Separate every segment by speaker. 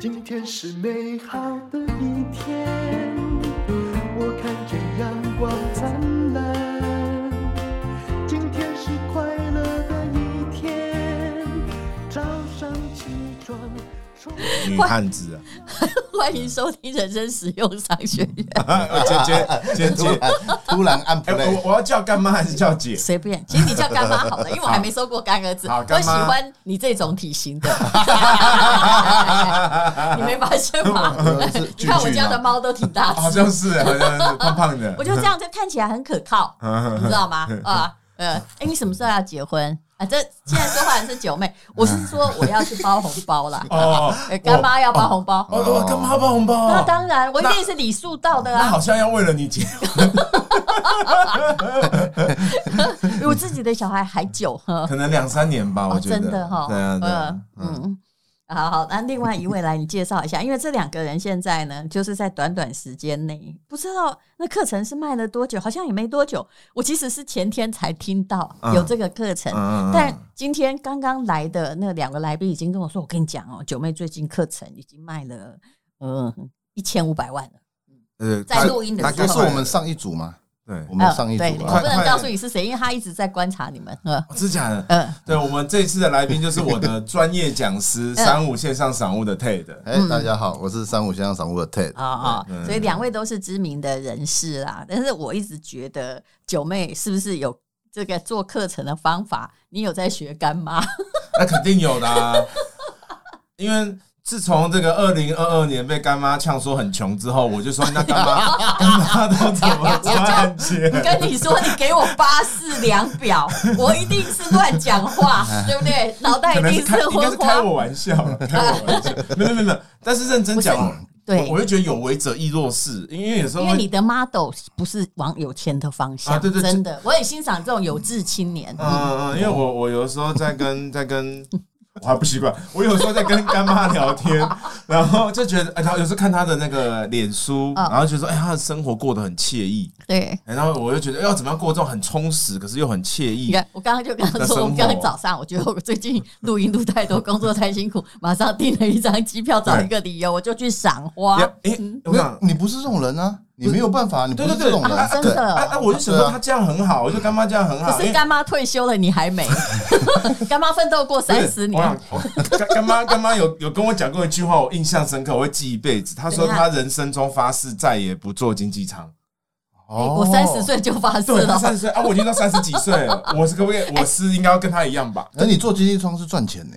Speaker 1: 今天是美好的一天，我看见阳光灿烂。今天是快乐的一天，早上起床冲。
Speaker 2: 女汉子啊，
Speaker 3: 欢迎收听人生实用商学 院，
Speaker 2: 姐姐姐
Speaker 4: 突
Speaker 2: 姐，
Speaker 4: 然突然按
Speaker 2: 哎、
Speaker 4: play，
Speaker 2: 我我要叫干妈还是叫姐？
Speaker 3: 随便。其实你叫干妈好了， 因为我还没收过干儿子，
Speaker 2: 好
Speaker 3: 我
Speaker 2: 干
Speaker 3: 喜
Speaker 2: 妈
Speaker 3: 欢你这种体型 的。你没发现吗？
Speaker 4: 是
Speaker 3: 你看我
Speaker 4: 俊俊
Speaker 3: 家
Speaker 4: 吗
Speaker 3: 的猫都挺大
Speaker 2: 好
Speaker 3: 只，
Speaker 2: 像是，啊好像是胖胖的
Speaker 3: 我。就这样，就看起来很可 靠，你知道吗？啊，呃，哎，你什么时候要结婚？啊，这现在说话的是九妹，我是说我要去包红包啦，
Speaker 2: 哦，
Speaker 3: 呃干妈要包红包。
Speaker 2: 哦，我干妈包红包、
Speaker 3: 那
Speaker 2: 哦，
Speaker 3: 当然，我一定是礼数到的
Speaker 2: 那
Speaker 3: 啊
Speaker 2: 好，像要为了你结
Speaker 3: 因为我自己的小孩还久呵。
Speaker 2: 可能两三年吧，我觉得。
Speaker 3: 哦真的哈、
Speaker 2: 对啊，对啊
Speaker 3: 嗯。嗯。好好，那另外一位来，你介绍一下，因为这两个人现在呢，就是在短短时间内，不知道那课程是卖了多久，好像也没多久。我其实是前天才听到
Speaker 2: 嗯
Speaker 3: 有这个课程，
Speaker 2: 嗯嗯嗯
Speaker 3: 但今天刚刚来的那两个来宾已经跟我说，我跟你讲哦，九妹最近课程已经卖了嗯一千五百万了。
Speaker 2: 呃，
Speaker 3: 在录音的
Speaker 4: 那
Speaker 3: 时候嗯
Speaker 4: 就是我们上一组嘛，
Speaker 2: 对，
Speaker 4: 我们上一
Speaker 3: 对，
Speaker 4: 组
Speaker 3: 我
Speaker 4: 啊
Speaker 3: 不能告诉你是谁，因为他一直在观察你们。嗯
Speaker 2: 哦、真假的。
Speaker 3: 嗯，
Speaker 2: 对我们这一次的来宾就是我 的专业讲师三五线上赏物的 TED，
Speaker 3: 嗯
Speaker 4: 哎，大家好，我是三五先生赏物的 Ted，
Speaker 3: 啊啊、
Speaker 2: 对嗯
Speaker 3: 所以两位都是知名的人士啦。但是我一直觉得九妹是不是有这个做课程的方法？你有在学干妈？
Speaker 2: 那肯定有的、啊，因为。自从这个二零二二年被干妈呛说很穷之后，我就说那干妈干妈都怎么赚钱？
Speaker 3: 跟你说，你给我八四两表，我一定是乱 讲话，对不对？脑袋
Speaker 2: 哎可能
Speaker 3: 一定
Speaker 2: 是开
Speaker 3: 是
Speaker 2: 应该
Speaker 3: 昏
Speaker 2: 是开
Speaker 3: 花。
Speaker 2: 我玩笑啦，开我玩笑，没有没有没有，但是认真讲，
Speaker 3: 对
Speaker 2: 我，会觉得有为者亦若是，因为有时候
Speaker 3: 因为你
Speaker 2: 会
Speaker 3: 的 model 不是往有钱的方向，
Speaker 2: 啊对对
Speaker 3: 真的，我很欣赏这种有志青年。
Speaker 2: 嗯嗯，因为我我有时候在跟在跟。我还不习惯，我有时候在跟干妈聊天，然后就觉得，哎然后有时候看她的那个脸书，
Speaker 3: 嗯
Speaker 2: 然后就说，哎，她的生活过得很惬意，
Speaker 3: 对，
Speaker 2: 哎然后我就觉得要怎么样过这种很充实，可是又很惬
Speaker 3: 你
Speaker 2: 意，
Speaker 3: 看，我刚刚就跟他
Speaker 2: 那
Speaker 3: 说，
Speaker 2: 生
Speaker 3: 我
Speaker 2: 活
Speaker 3: 刚刚早上我觉得我最近录音录 太多，工作太辛苦，马上订了一张机票，找一个理由我就去赏花。
Speaker 2: 呀哎，我
Speaker 4: 没
Speaker 2: 想
Speaker 4: 有，，你不是这种人啊，你没有办法，你不
Speaker 2: 对
Speaker 4: 是
Speaker 2: 对
Speaker 4: 这
Speaker 2: 对，
Speaker 4: 种
Speaker 2: 啊
Speaker 4: 人
Speaker 2: 啊，
Speaker 3: 真
Speaker 4: 对
Speaker 3: 的哎
Speaker 2: 啊啊！我就想说
Speaker 4: 对啊
Speaker 2: 她这样很好，我就干妈这样很好，
Speaker 3: 可
Speaker 2: 因
Speaker 3: 是
Speaker 2: 为
Speaker 3: 干妈退休了，你 还没？干妈奋斗过三十年，
Speaker 2: 不是我想 干干妈干妈有有跟我讲过一句话，我印象深刻，我会记一辈子。她说
Speaker 3: 怎样
Speaker 2: 她人生中发誓再也不做经济舱。
Speaker 4: 哦
Speaker 3: 我三十，岁就发誓
Speaker 2: 对，她
Speaker 3: 了。
Speaker 2: 三十岁啊，我已经到三十几岁 了，我是可不可以？
Speaker 3: 哎
Speaker 2: 我是应该要跟她一样吧？
Speaker 4: 那你做经济舱是赚 钱呢，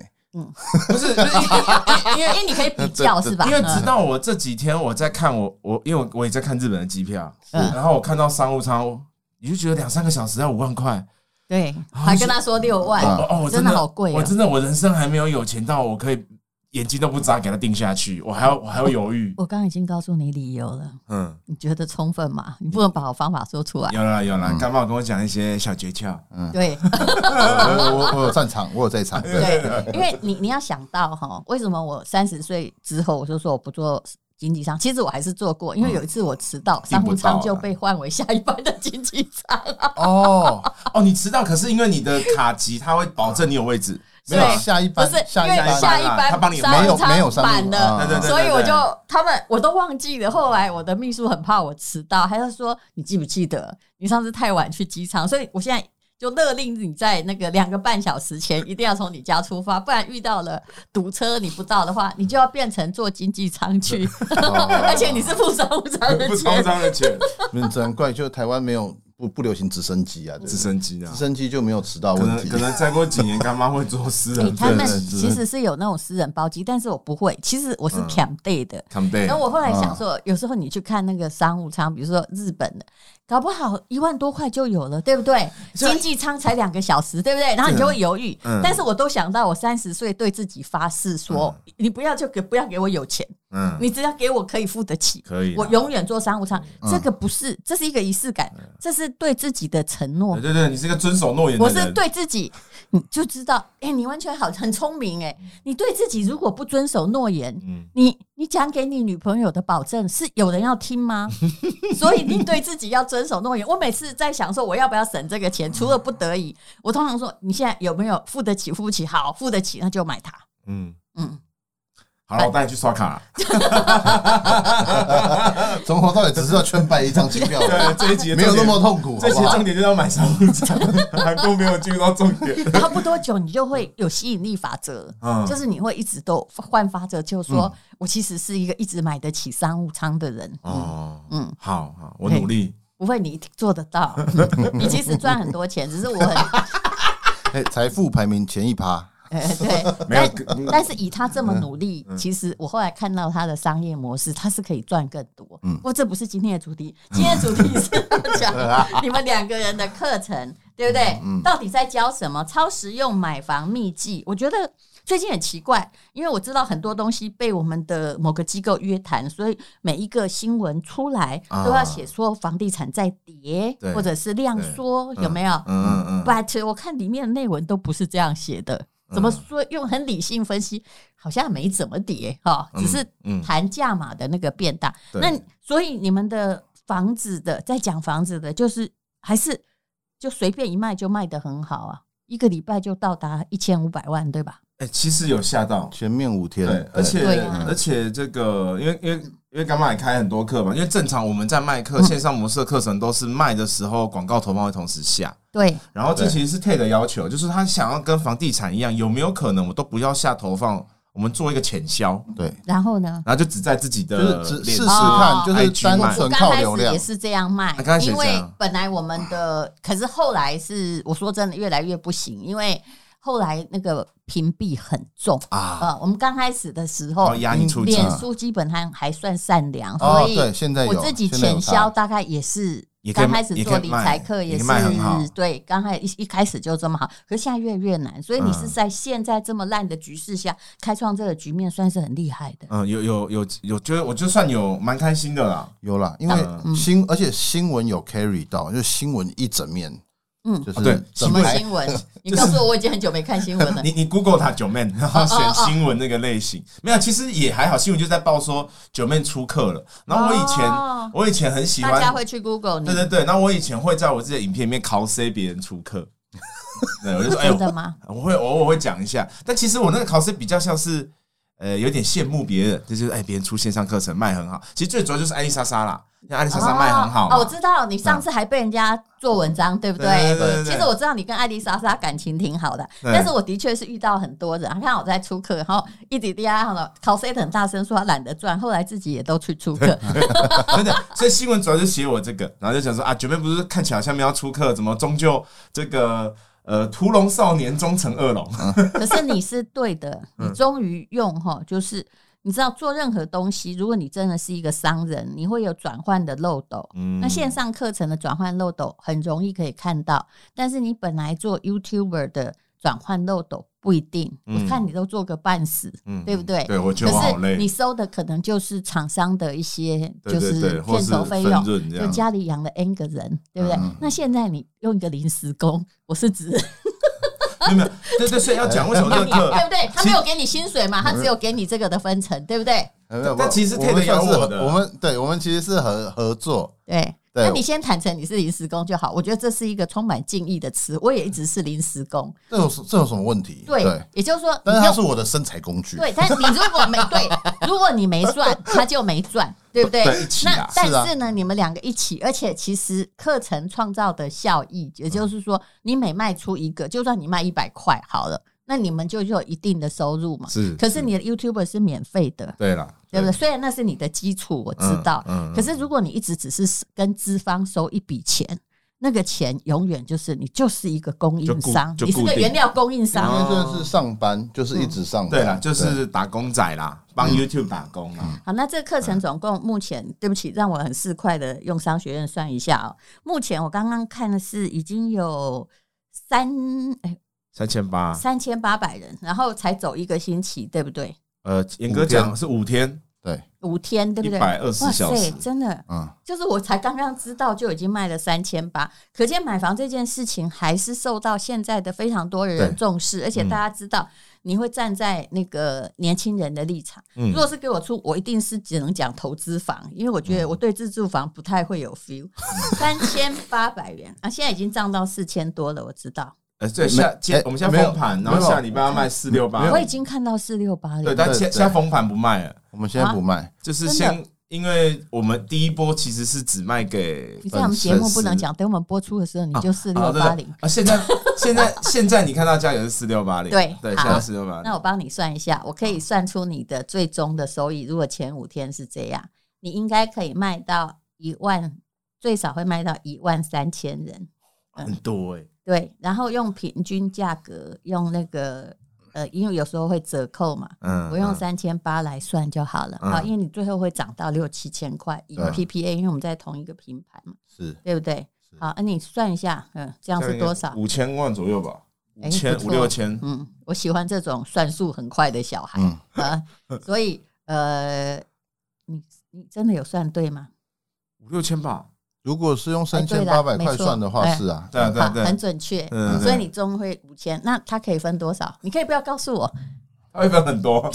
Speaker 2: 不是，就是
Speaker 3: 因为因为你可以比 较是吧？嗯
Speaker 2: 因为直到我这几天我在看我我，因为我我也在看日本的机票，
Speaker 3: 嗯
Speaker 2: 然后我看到商务舱，你就觉得两三个小时要五万块，啊
Speaker 3: 对，还跟他说六万，
Speaker 2: 哦哦，我
Speaker 3: 真
Speaker 2: 的
Speaker 3: 的好贵
Speaker 2: 我
Speaker 3: 哦。
Speaker 2: 真的我人生还没有有钱到我可以眼睛都不眨给他定下去，我还要我还要犹豫，
Speaker 3: 我刚刚已经告诉你理由了，
Speaker 2: 嗯。
Speaker 3: 你觉得充分吗？你不能把我方法说出来。
Speaker 2: 有啦有啦，干妈有跟我讲一些小诀窍。
Speaker 3: 对，
Speaker 4: 我我我有擅长，我有在场，对，
Speaker 3: 对，因为你你要想到哈，为什么我三十岁之后我就说我不做经济舱？其实我还是做过，因为有一次我迟到，
Speaker 2: 嗯订
Speaker 3: 商
Speaker 2: 不
Speaker 3: 务
Speaker 2: 到
Speaker 3: 舱
Speaker 2: 啊
Speaker 3: 就被换为下一班的经济舱。
Speaker 4: 哦，
Speaker 2: 哦，你迟到，可是因为你的卡级，它会保证你有位置。
Speaker 3: 对
Speaker 2: 没有啊
Speaker 4: 下一
Speaker 3: 不
Speaker 4: 班
Speaker 3: 是，因
Speaker 4: 下一
Speaker 3: 为
Speaker 4: 班
Speaker 3: 下一
Speaker 2: 啦他帮
Speaker 3: 班
Speaker 2: 你
Speaker 3: 商
Speaker 4: 没
Speaker 3: 务
Speaker 4: 有没有
Speaker 3: 舱
Speaker 4: 上
Speaker 3: 满了。
Speaker 2: 啊对对对
Speaker 3: 所以我就他们我都忘记了，后来我的秘书很怕我迟到，他就说你记不记得你上次太晚去机场？所以我现在就勒令你在那个两个半小时前一定要从你家出发，不然遇到了堵车你不到的话，你就要变成坐经济 舱去，而且你是付商务舱的
Speaker 2: 啊不超
Speaker 3: 钱。
Speaker 2: 张的钱，
Speaker 4: 嗯难怪就台湾没有不不流行直升机
Speaker 3: 嗯
Speaker 4: 啊，对不对
Speaker 2: 直升机呢
Speaker 4: 直？升机就没有迟到
Speaker 2: 可
Speaker 4: 问
Speaker 2: 能
Speaker 4: 题
Speaker 2: 可，能再过几年，干妈会做啊私
Speaker 3: 哎
Speaker 2: 人
Speaker 3: 他
Speaker 2: 飞
Speaker 3: 们
Speaker 2: 了。
Speaker 3: 其实是有那种私人包机，但是我不会。其实我
Speaker 2: 嗯
Speaker 3: 是 cam day 的，
Speaker 2: 他们对
Speaker 3: 哎然，后我后来
Speaker 2: 嗯
Speaker 3: 想说，有时候你去看那个商务舱，比如说日本的，搞不好一万多块就有了，对不对？
Speaker 2: 所以
Speaker 3: 经济舱才两个小时，对不对？然后你就会犹豫。
Speaker 2: 嗯
Speaker 3: 但是我都想到，我三十岁对自己发誓说，你不要就给不要给我有钱，
Speaker 2: 嗯，
Speaker 3: 你只要给我可以付得起，
Speaker 2: 可以啦嗯
Speaker 3: 我永远做商务舱。这个不是，这是一个仪式感，这是对自己的承诺
Speaker 2: 对。对对，你是一个遵守诺言的
Speaker 3: 我
Speaker 2: 人。
Speaker 3: 是对自己，你就知道，哎、你完全好，很聪明、哎，你对自己如果不遵守诺言，
Speaker 2: 嗯
Speaker 3: 你你讲给你女朋友的保证是有人要听吗？所以你对自己要遵守诺言。我每次在想说，我要不要省这个钱？除了不得已，我通常说，你现在有没有付得起？付不起？好，付得起那就买它。
Speaker 2: 嗯，
Speaker 3: 嗯，
Speaker 2: 好了，我带你去刷卡。
Speaker 4: 从头到尾只是要圈办一张机 票，
Speaker 2: 对，这一集的
Speaker 4: 没有
Speaker 2: 重
Speaker 4: 那
Speaker 2: 点
Speaker 4: 么痛苦，
Speaker 2: 这
Speaker 4: 好
Speaker 2: 期
Speaker 4: 不好
Speaker 2: 重？点就是要买商务舱，还都没有进入到重点。
Speaker 3: 然后不多久你就会有吸引力法则，
Speaker 2: 嗯
Speaker 3: 就是你会一直都换法则，就是说、我其实是一个一直买得起商务舱的人，
Speaker 2: 哦，
Speaker 3: 嗯
Speaker 2: 嗯，好好，我努力。
Speaker 3: 不会你一定做得到，嗯你其实赚很多钱，只是我很。
Speaker 4: 哎，财富排名前一趴，
Speaker 3: 呃， 对，
Speaker 2: 没有嗯
Speaker 3: 但但是以他这么努力，其实我后来看到他的商业模式，他是可以赚更多。
Speaker 2: 嗯
Speaker 3: 不过这不是今天的主题，今天的主题是 要
Speaker 2: 啊
Speaker 3: 讲你们两个人的课程，对不对？
Speaker 2: 嗯
Speaker 3: 到底在教什么超实用买房秘籍？我觉得最近很奇怪，因为我知道很多东西被我们的某个机构约谈，所以每一个新闻出来
Speaker 2: 啊
Speaker 3: 都要写说房地产在跌，
Speaker 2: 对
Speaker 3: 或者是量缩，有没有？
Speaker 2: 嗯嗯嗯，
Speaker 3: But 我看里面的内文都不是这样写的，怎么说？用很理性分析，好像没怎么跌哈，只是
Speaker 2: 嗯
Speaker 3: 谈价码的那个变大。
Speaker 2: 对
Speaker 3: 那所以你们的房子的，在讲房子的，就是还是就随便一卖就卖得很好啊，一个礼拜就到达一千五百万，对吧？
Speaker 2: 哎，其实有吓到，
Speaker 4: 前面五天，
Speaker 2: 对，而且
Speaker 3: 对啊
Speaker 2: 而且这个，因为因为因为干妈也开很多课嘛，因为正常我们在卖课，线上模式的课程都是卖的时候广告投放会同时下。
Speaker 3: 对，
Speaker 2: 然后这
Speaker 4: 对
Speaker 2: 其实是 Ted 的要求，就是他想要跟房地产一样，有没有可能我都不要下投放，我们做一个浅销，
Speaker 4: 对，
Speaker 3: 然后呢？
Speaker 2: 然后就只在自己
Speaker 4: 就
Speaker 2: 的
Speaker 4: 是只
Speaker 2: 脸
Speaker 4: 试
Speaker 2: 书啊
Speaker 4: 试看，
Speaker 3: 哦
Speaker 4: 就是单
Speaker 3: 我
Speaker 4: 纯
Speaker 3: 刚
Speaker 4: 靠
Speaker 3: 开
Speaker 4: 流
Speaker 3: 始
Speaker 4: 量
Speaker 3: 也，是这样卖
Speaker 2: 刚开，始也
Speaker 3: 因
Speaker 2: 这
Speaker 3: 为
Speaker 2: 样
Speaker 3: 本来我们 的，可是后来是我说真的越来越不行，因为后来那个屏蔽很重
Speaker 2: 啊，
Speaker 3: 呃，我们刚开始的时
Speaker 2: 然
Speaker 3: 候嗯
Speaker 2: 后，压你出去
Speaker 3: 脸书基本上还算善良，
Speaker 4: 哦
Speaker 3: 所，以
Speaker 4: 对，现在有
Speaker 3: 我自己
Speaker 4: 现在有
Speaker 3: 浅
Speaker 4: 差
Speaker 3: 销大概也是
Speaker 2: 也可以
Speaker 3: 刚开始做理财课
Speaker 2: 也可以卖也可以
Speaker 3: 是
Speaker 2: 卖很好
Speaker 3: 对，刚开一一开始就这么好，可是现在越来越难，所以你
Speaker 2: 嗯
Speaker 3: 是在现在这么烂的局势下开创这个局面，算是很厉害的。
Speaker 2: 嗯，有有有有，觉得我就算有蛮开心的啦。
Speaker 4: 有啦，因
Speaker 2: 啊
Speaker 3: 嗯
Speaker 4: 为新而且新闻有 carry 到，就是新闻一整面，
Speaker 3: 嗯
Speaker 4: 就
Speaker 2: 哦对
Speaker 4: 是
Speaker 3: 什
Speaker 4: 整哎
Speaker 3: 么
Speaker 4: 排
Speaker 3: 新闻？ 你告诉我，我已经很久没看新闻了。
Speaker 2: 你你 Google 他九妹，然
Speaker 3: 哦
Speaker 2: 后选新闻那个类型，没有，其实也还好，新闻就在报说九妹出课了。然后我以前、
Speaker 3: 哦
Speaker 2: 我以前很喜
Speaker 3: 大家
Speaker 2: 欢，
Speaker 3: 会去 Google 你
Speaker 2: 对，对对，然后我以前会在我自己的影片里面 cos 别人出课，对，我就
Speaker 3: 不
Speaker 2: 说哎
Speaker 3: 觉得
Speaker 2: 呦，
Speaker 3: 吗？
Speaker 2: 我会偶尔会讲一下，但其实我那个 cos 比较像是。呃，有点羡慕别人，就是哎，别人出线上课程卖很好。其实最主要就是艾丽莎莎啦，像艾丽莎莎卖很好嘛
Speaker 3: 哦，我知道你上次还被人家做文章，对不对？
Speaker 2: 对对对对对
Speaker 3: 其实我知道你跟艾丽莎莎感情挺好的，
Speaker 2: 对
Speaker 3: 但是我的确是遇到很多人，看我在出课，然后一直滴啊，了 cos 很大声说他懒得赚，后来自己也都去出课，
Speaker 2: 哦真的，所以新闻主要就写我这个，然后就讲说啊，九妹不是看起来像喵出客，怎么终究这个呃屠龙少年终成恶龙？
Speaker 3: 可是你是对的，你
Speaker 2: 嗯
Speaker 3: 终于用哈，就是你知道做任何东西，如果你真的是一个商人，你会有转换的漏斗。
Speaker 2: 嗯
Speaker 3: 那线上课程的转换漏斗很容易可以看到，但是你本来做 YouTuber 的转换漏斗不一定。
Speaker 2: 嗯
Speaker 3: 我看你都做个半死，
Speaker 2: 嗯
Speaker 3: 对不对？
Speaker 2: 对我觉
Speaker 3: 可
Speaker 2: 得我好
Speaker 3: 是
Speaker 2: 累
Speaker 3: 你，收的可能就是厂商的一些
Speaker 2: 对
Speaker 3: 就
Speaker 2: 对对，
Speaker 3: 是
Speaker 2: 或
Speaker 3: 片
Speaker 2: 是
Speaker 3: 酬费
Speaker 2: 分润
Speaker 3: 用，
Speaker 2: 这
Speaker 3: 就
Speaker 2: 样。嗯
Speaker 3: 家里养了 N 个人，对不对？那现在你用一个临时工，我是指
Speaker 2: 没有没有，对对，所以要讲为什么这
Speaker 3: 对
Speaker 2: 个哦 课嗯
Speaker 3: 不对？他没有给你薪水嘛，他只有给你这个的分成，对不对？
Speaker 4: 哎没有
Speaker 2: 但其实
Speaker 4: 我们
Speaker 2: Ted 咬
Speaker 4: 算是
Speaker 2: 我的啊
Speaker 4: 合我们对我们其实是合合作，
Speaker 3: 对。
Speaker 4: 对
Speaker 3: 那你先坦诚你是临时工就好，我觉得这是一个充满敬意的词。我也一直是临时工，
Speaker 4: 这有这有什么问题？
Speaker 3: 对，也就是说，
Speaker 4: 但
Speaker 3: 你
Speaker 4: 是
Speaker 3: 用
Speaker 4: 它是我的生财工具，
Speaker 3: 对，但是你如果没 对，如果你没赚，他就没赚，对不对？
Speaker 2: 对一起
Speaker 3: 那
Speaker 2: 啊
Speaker 3: 但
Speaker 4: 是啊
Speaker 3: 是呢，你们两个一起，而且其实课程创造的效益，
Speaker 2: 嗯
Speaker 3: 也就是说，你每卖出一个，就算你卖一百块好了，那你们就有一定的收入嘛。
Speaker 2: 是
Speaker 3: 可是你的 YouTuber 是免费的。
Speaker 2: 对啦，
Speaker 3: 对不对？虽然那是你的基础，我知道，
Speaker 2: 嗯嗯
Speaker 3: 可是如果你一直只是跟资方收一笔钱，那个钱永远就是你就是一个供
Speaker 2: 就
Speaker 3: 应
Speaker 2: 固
Speaker 3: 商，
Speaker 2: 就
Speaker 3: 你是
Speaker 2: 固
Speaker 3: 个
Speaker 2: 定
Speaker 3: 原料供应商
Speaker 4: 因，为这是上班，就是一直上班，
Speaker 2: 对啦，就是打工仔啦，帮 YouTube 打工啦。
Speaker 3: 好，那这个课
Speaker 2: 嗯
Speaker 3: 程总共目前，对不起，让我很市侩的用商学院算一下哦。目前我刚刚看的是已经有三哎
Speaker 2: 三千八，
Speaker 3: 三千八百人，然后才走一个星期，对不对？
Speaker 2: 呃，严格讲是五天，
Speaker 4: 对，
Speaker 3: 五天，对不对？
Speaker 2: 120
Speaker 3: 哇
Speaker 2: 小
Speaker 3: 塞
Speaker 2: 时，
Speaker 3: 真的，
Speaker 4: 嗯，
Speaker 3: 就是我才刚刚知道就已经卖了三千八，可见买房这件事情还是受到现在的非常多的人
Speaker 2: 对
Speaker 3: 重视，而且
Speaker 2: 嗯
Speaker 3: 大家知道你会站在那个年轻人的立场。
Speaker 2: 嗯
Speaker 3: 如果是给我出，我一定是只能讲投资房，因为我
Speaker 2: 嗯
Speaker 3: 觉得我对自住房 不太会有 feel。三千八百元啊，现在已经涨到四千多了，我知道。
Speaker 2: 呃，对，下
Speaker 4: 没
Speaker 2: 接
Speaker 4: 哎
Speaker 2: 我们现
Speaker 4: 没
Speaker 2: 在
Speaker 4: 有
Speaker 2: 封盘，然后
Speaker 4: 没有
Speaker 2: 下礼拜要卖四六八
Speaker 4: 没，有
Speaker 3: 我已经看到四六八了。
Speaker 2: 对，但
Speaker 4: 对
Speaker 2: 现
Speaker 4: 对
Speaker 2: 现在封盘不卖了，
Speaker 4: 我们
Speaker 3: 啊
Speaker 4: 现在不卖，
Speaker 2: 就是
Speaker 3: 真的
Speaker 2: 先，因为我们第一波其实是只卖给
Speaker 3: 你在我们节目不能讲，等我们播出的时候你就四六八零。
Speaker 2: 啊，现在 现在现在你看到价格是四六八零，
Speaker 3: 对
Speaker 2: 对，
Speaker 3: 好
Speaker 2: 现在四六八零
Speaker 3: 那，我帮你算一下，我可以算出你的最终的收益。如果前五天是这样，你应该可以卖到一万，最少会卖到一万三千人。
Speaker 2: 很多哎，
Speaker 3: 对，然后用平均价格，用那个呃，因为有时候会折扣嘛，
Speaker 2: 嗯
Speaker 3: 我用
Speaker 2: 嗯
Speaker 3: 三千八来算就好了。
Speaker 2: 嗯
Speaker 3: 好，因为你最后会涨到六七千块，以
Speaker 4: 对
Speaker 3: PPA，因为我们在同一个平台嘛，
Speaker 4: 是
Speaker 3: 对不对
Speaker 4: 是？
Speaker 3: 好，那、啊你算一下，嗯，这样是多少？
Speaker 2: 五千万左右吧，
Speaker 3: 哎
Speaker 2: 五千
Speaker 3: 不错
Speaker 2: 五六千，
Speaker 3: 嗯，我喜欢这种算术很快的小孩
Speaker 4: 嗯
Speaker 3: 啊、所以呃，你你真的有算对吗？
Speaker 2: 五六千吧，
Speaker 4: 如果是用
Speaker 3: 哎
Speaker 4: 三
Speaker 3: 对
Speaker 4: 千
Speaker 3: 啦
Speaker 4: 八百
Speaker 3: 没
Speaker 4: 块
Speaker 3: 错
Speaker 4: 算的话，
Speaker 3: 哎
Speaker 4: 是啊，
Speaker 2: 对啊对
Speaker 3: 好，
Speaker 2: 啊对啊
Speaker 3: 很，准确。
Speaker 2: 嗯
Speaker 3: 所以你终会五千，那它可以分多少？你可以不要告诉我。
Speaker 2: 它会分很多，
Speaker 3: 好，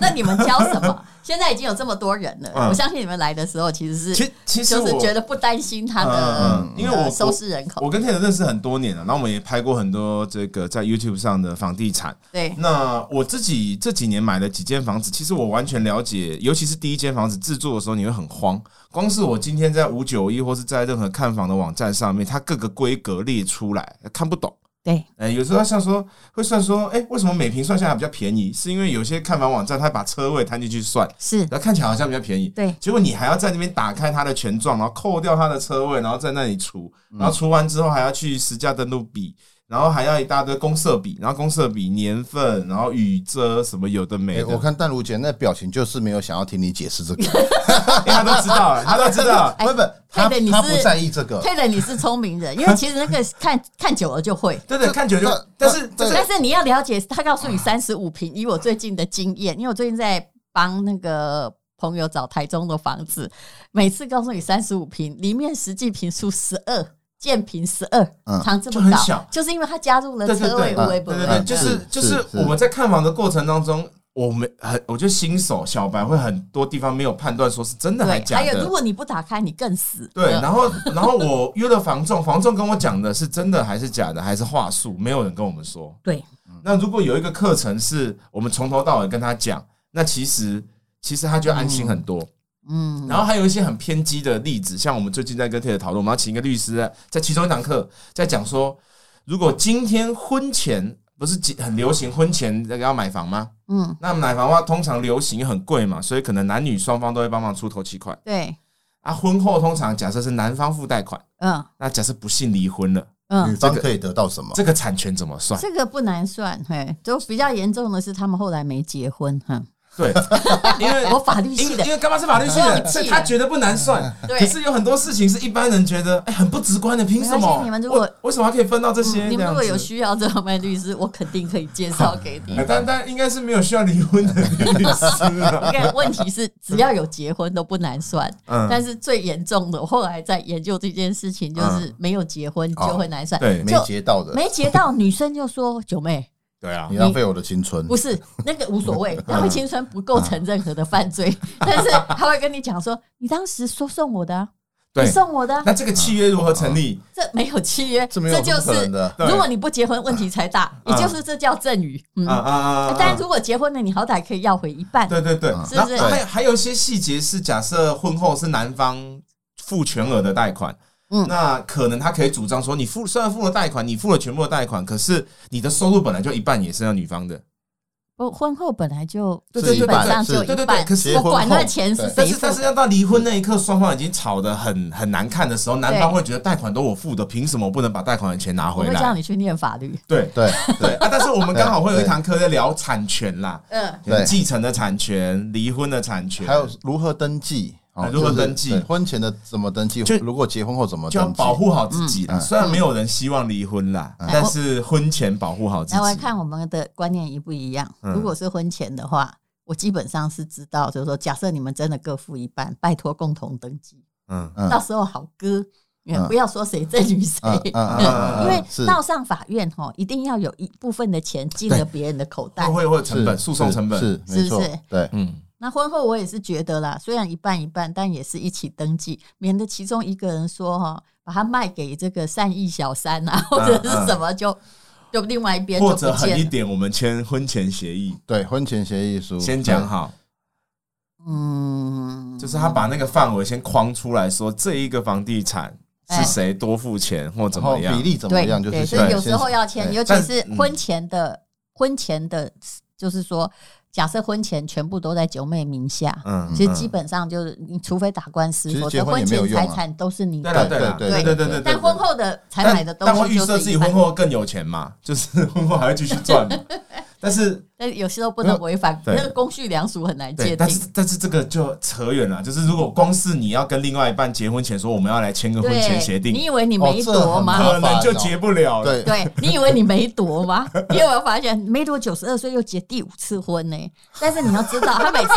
Speaker 3: 那你们教什 么？现在已经有这么多人了，
Speaker 2: 嗯
Speaker 3: 我相信你们来的时候其实是
Speaker 2: 其其实
Speaker 3: 就
Speaker 2: 我
Speaker 3: 是觉得不担心他的
Speaker 2: 嗯嗯嗯因为
Speaker 3: 呃
Speaker 2: 我
Speaker 3: 收视人口
Speaker 2: 我。跟 Ted 认识很多年了，然后我们也拍过很多这个在 YouTube 上的房地产。
Speaker 3: 对，
Speaker 2: 那我自己这几年买了几间房子，其实我完全了解，尤其是第一间房子自住的时候，你会很慌。光是我今天在五九一或是在任何看房的网站上面，它各个规格列出来，看不懂。
Speaker 3: 对，
Speaker 2: 哎，有时候像说会算说，哎，为什么每平算下来比较便宜？是因为有些看房网站它把车位摊进去算，
Speaker 3: 是，
Speaker 2: 然后看起来好像比较便宜，
Speaker 3: 对
Speaker 2: 结果你还要在那边打开它的权状，然后扣掉它的车位，然后在那里除，然后除完之后还要去实价登录比，然后还要一大堆公社比，然后公社比年份，然后雨遮什么有的没
Speaker 4: 哎
Speaker 2: 的，
Speaker 4: 我看淡如姐那表情就是没有想要听你解释这个，
Speaker 2: 因为哎他都知道 了，他都知道
Speaker 3: 哎
Speaker 4: 不不，他
Speaker 3: 佩佩你
Speaker 4: 他
Speaker 3: 是
Speaker 4: 不在意这个，
Speaker 3: 佩的你是聪明人，因为其实那个看看久了就会。
Speaker 2: 对对，看久就
Speaker 4: 那，
Speaker 2: 但是
Speaker 4: 那
Speaker 2: 但是
Speaker 3: 但是你要了解，他告诉你三十五平，以我最近的经验，因为我最近在帮那个朋友找台中的房子，每次告诉你三十五平，里面实际平数十二，建平十二，
Speaker 4: 嗯
Speaker 3: 常这
Speaker 2: 就
Speaker 3: 么
Speaker 2: 很
Speaker 3: 高，
Speaker 2: 小
Speaker 3: 就是因为他加入了
Speaker 2: 对对
Speaker 3: 车位
Speaker 2: 对
Speaker 3: 微博，
Speaker 2: 对对对，
Speaker 4: 嗯
Speaker 2: 就是
Speaker 4: 是
Speaker 2: 就是
Speaker 4: 是
Speaker 2: 我们在看房的过程当中。我们很，我觉得新手小白会很多地方没有判断，说是真的还
Speaker 3: 对
Speaker 2: 是，假
Speaker 3: 还
Speaker 2: 的。
Speaker 3: 有如果你不打开，你更死。嗯
Speaker 2: 对，然后然后我约了房仲，房仲跟我讲的是真的还是假的，还是话术，没有人跟我们说。
Speaker 3: 对，
Speaker 2: 那如果有一个课程是我们从头到尾跟他讲，那其实其实他就安心很多。
Speaker 3: 嗯，
Speaker 2: 然后还有一些很偏激的例子，像我们最近在跟 Ted 讨论，我们要请一个律师在在其中一堂课在讲说，如果今天婚前不是几很流行婚前那个要买房吗？
Speaker 3: 嗯，
Speaker 2: 那买房的话通常流行很贵嘛，所以可能男女双方都会帮忙出头期款
Speaker 3: 对，
Speaker 2: 啊。婚后通常假设是男方付贷款。
Speaker 3: 嗯
Speaker 2: 那假设不幸离婚了，
Speaker 4: 女
Speaker 3: 嗯，
Speaker 4: 方可以得到什么？
Speaker 2: 这个产权怎么算？
Speaker 3: 这个不难算，嘿，就比较严重的是他们后来没结婚，哈，
Speaker 2: 对，因为
Speaker 3: 我法律
Speaker 2: 因
Speaker 3: 系
Speaker 2: 为
Speaker 3: 的
Speaker 2: 因，为干妈是法律系
Speaker 3: 忘
Speaker 2: 的，嗯
Speaker 3: 记
Speaker 2: 所以他觉得不难算。
Speaker 3: 对
Speaker 2: 可是有很多事情是一般人觉得哎很不直观的，凭什
Speaker 3: 没关
Speaker 2: 么？
Speaker 3: 系你们如果嗯
Speaker 2: 为为什么还可以分到这些？
Speaker 3: 你
Speaker 2: 这
Speaker 3: 们
Speaker 2: 样
Speaker 3: 如果有
Speaker 2: 子
Speaker 3: 需要这方面的律师，我肯定可以介绍给你
Speaker 2: 哎。但但应该是没有需要离婚的 律师
Speaker 3: 我
Speaker 2: 啊。
Speaker 3: 跟你讲问题是，只要有结婚都不难算，
Speaker 2: 嗯，
Speaker 3: 但是最严重的，我后来在研究这件事情，就是没有结婚就会难算。
Speaker 2: 对
Speaker 4: 没
Speaker 3: 就
Speaker 4: 结到的，
Speaker 3: 没结到，女生就说：“九妹，
Speaker 2: 对啊
Speaker 4: 你，浪费我的青春
Speaker 3: 不。是那个无所谓，浪费青春不构成任何的犯罪。”但是他会跟你讲说：“你当时说送我的、啊，你
Speaker 2: 对。
Speaker 3: 送我的、啊，
Speaker 2: 那这个契约如何成立？
Speaker 3: 这没有契约，
Speaker 4: 这没有
Speaker 3: 就
Speaker 4: 不可
Speaker 3: 是
Speaker 4: 能的
Speaker 2: 对
Speaker 3: 如果你不结婚，问题才大，也
Speaker 2: 嗯
Speaker 3: 就是这叫赠与。嗯，
Speaker 2: 啊啊啊！
Speaker 3: 但如果结婚了，你好歹可以要回一半。
Speaker 2: 对对对，
Speaker 4: 嗯
Speaker 3: 是
Speaker 2: 然
Speaker 3: 不
Speaker 2: 后
Speaker 3: 是
Speaker 2: 还有还有一些细节是，假设婚后是男方付全额的贷款，
Speaker 3: 嗯
Speaker 2: 那可能他可以主张说，你付虽然付了贷款，你付了全部的贷款，可是你的收入本来就一半也是要女方的，
Speaker 3: 不，婚后本来就
Speaker 2: 对
Speaker 4: 对
Speaker 3: 基本上
Speaker 4: 是
Speaker 3: 就
Speaker 2: 对对
Speaker 3: 一
Speaker 2: 对，
Speaker 3: 半
Speaker 2: 可，是
Speaker 4: 结
Speaker 3: 我
Speaker 4: 婚后
Speaker 3: 管那钱是
Speaker 2: 但
Speaker 3: 谁
Speaker 2: 是
Speaker 3: 付
Speaker 2: 但是要到离婚那一刻，双方已经吵得很很难看的时候，男方会觉得贷款都我付的，凭什么我不能把贷款的钱拿
Speaker 3: 我
Speaker 2: 回
Speaker 3: 会叫
Speaker 2: 来？
Speaker 3: 你去念法律。
Speaker 2: 对
Speaker 4: 对
Speaker 2: 对啊，但是我们
Speaker 4: 对
Speaker 2: 刚好会有一堂课在聊产权啦，
Speaker 3: 嗯，
Speaker 4: 对
Speaker 2: 继承的产权、离婚的产权，
Speaker 4: 还有如何登记？哦
Speaker 2: 哎如何
Speaker 4: 就是
Speaker 2: 登记
Speaker 4: 对婚前的怎么登记
Speaker 2: 就？
Speaker 4: 如果结婚后怎么
Speaker 2: 就要
Speaker 4: 哦登记？
Speaker 2: 保护好自己啦。
Speaker 4: 嗯
Speaker 2: 虽然没有人希望离婚啦，但是婚前保护好自
Speaker 3: 来，我来
Speaker 2: 己。
Speaker 3: 看我们的观念一不一样。
Speaker 2: 嗯
Speaker 3: 如果是婚前的话，我基本上是知道，就是说，假设你们真的各付一半，拜托共同登记，
Speaker 2: 嗯，
Speaker 4: 嗯
Speaker 3: 到时候好割，
Speaker 4: 嗯
Speaker 3: 不要说谁赠与谁。
Speaker 4: 嗯嗯嗯嗯嗯，
Speaker 3: 因为
Speaker 4: 是
Speaker 3: 到上法院吼，一定要有一部分的钱进了别人的口袋
Speaker 2: 会。会会有成本，
Speaker 4: 是
Speaker 2: 诉讼成本。
Speaker 4: 是
Speaker 3: 是
Speaker 4: 没
Speaker 3: 不
Speaker 4: 错
Speaker 3: 是，
Speaker 4: 对，
Speaker 2: 嗯，
Speaker 3: 那婚后我也是觉得啦，虽然一半一半，但也是一起登记，免得其中一个人说哈、把它卖给这个善意小三啊，或者是什么就就另外一边
Speaker 2: 嗯
Speaker 3: 就
Speaker 2: 或
Speaker 3: 不
Speaker 2: 者狠
Speaker 3: 见
Speaker 2: 一
Speaker 3: 了。
Speaker 2: 点，我们签婚前协议，
Speaker 4: 对，婚前协议书
Speaker 2: 先讲，好，
Speaker 4: 嗯，
Speaker 2: 就是他把那个范围先框出来说，这一个房地产
Speaker 3: 哎
Speaker 2: 是谁多付钱或怎
Speaker 4: 然
Speaker 2: 么
Speaker 4: 后
Speaker 2: 样
Speaker 4: 比。例怎么
Speaker 3: 对
Speaker 4: 样，就是
Speaker 3: 对，所以
Speaker 4: 先
Speaker 3: 有时候要签，
Speaker 4: 对
Speaker 3: 尤其
Speaker 2: 但
Speaker 3: 是
Speaker 2: 嗯
Speaker 3: 婚前的、婚前的，就是说，假设婚前全部都在九妹名下，
Speaker 2: 嗯
Speaker 3: 其实基
Speaker 2: 嗯
Speaker 3: 本上就是你除非打官司
Speaker 4: 其，实
Speaker 3: 否
Speaker 4: 结
Speaker 3: 则
Speaker 4: 婚也
Speaker 3: 婚
Speaker 4: 没有
Speaker 3: 前
Speaker 4: 用啊
Speaker 3: 财产都是你
Speaker 2: 对了对
Speaker 3: 的。
Speaker 2: 了
Speaker 4: 对
Speaker 2: 对对
Speaker 3: 对
Speaker 2: 对对，
Speaker 3: 但
Speaker 2: 对
Speaker 3: 婚后的才
Speaker 2: 但
Speaker 3: 买的东
Speaker 2: 但会
Speaker 3: 西
Speaker 2: 预
Speaker 3: 就
Speaker 2: 设
Speaker 3: 是
Speaker 2: 自
Speaker 3: 一
Speaker 2: 己
Speaker 3: 半
Speaker 2: 婚，后更有钱嘛， 就是婚后还会继续赚 嘛。但是
Speaker 3: 但有时候不能违反
Speaker 2: 对
Speaker 3: 那个公序良俗，很难
Speaker 2: 对，
Speaker 3: 界
Speaker 2: 但
Speaker 3: 定
Speaker 2: 是。但是这个就扯远了，就是如果光是你要跟另外一半结婚前说我们要来签个婚前协
Speaker 3: 对，你
Speaker 2: 定，
Speaker 3: 以为你没
Speaker 4: 哦这很
Speaker 3: 躲吗？
Speaker 4: 麻烦
Speaker 2: 可能就结不了了。
Speaker 4: 对
Speaker 3: 对你以为你没躲吗？你有没有发现梅朵九十二岁又结第五次婚呢、但是你要知道，他每次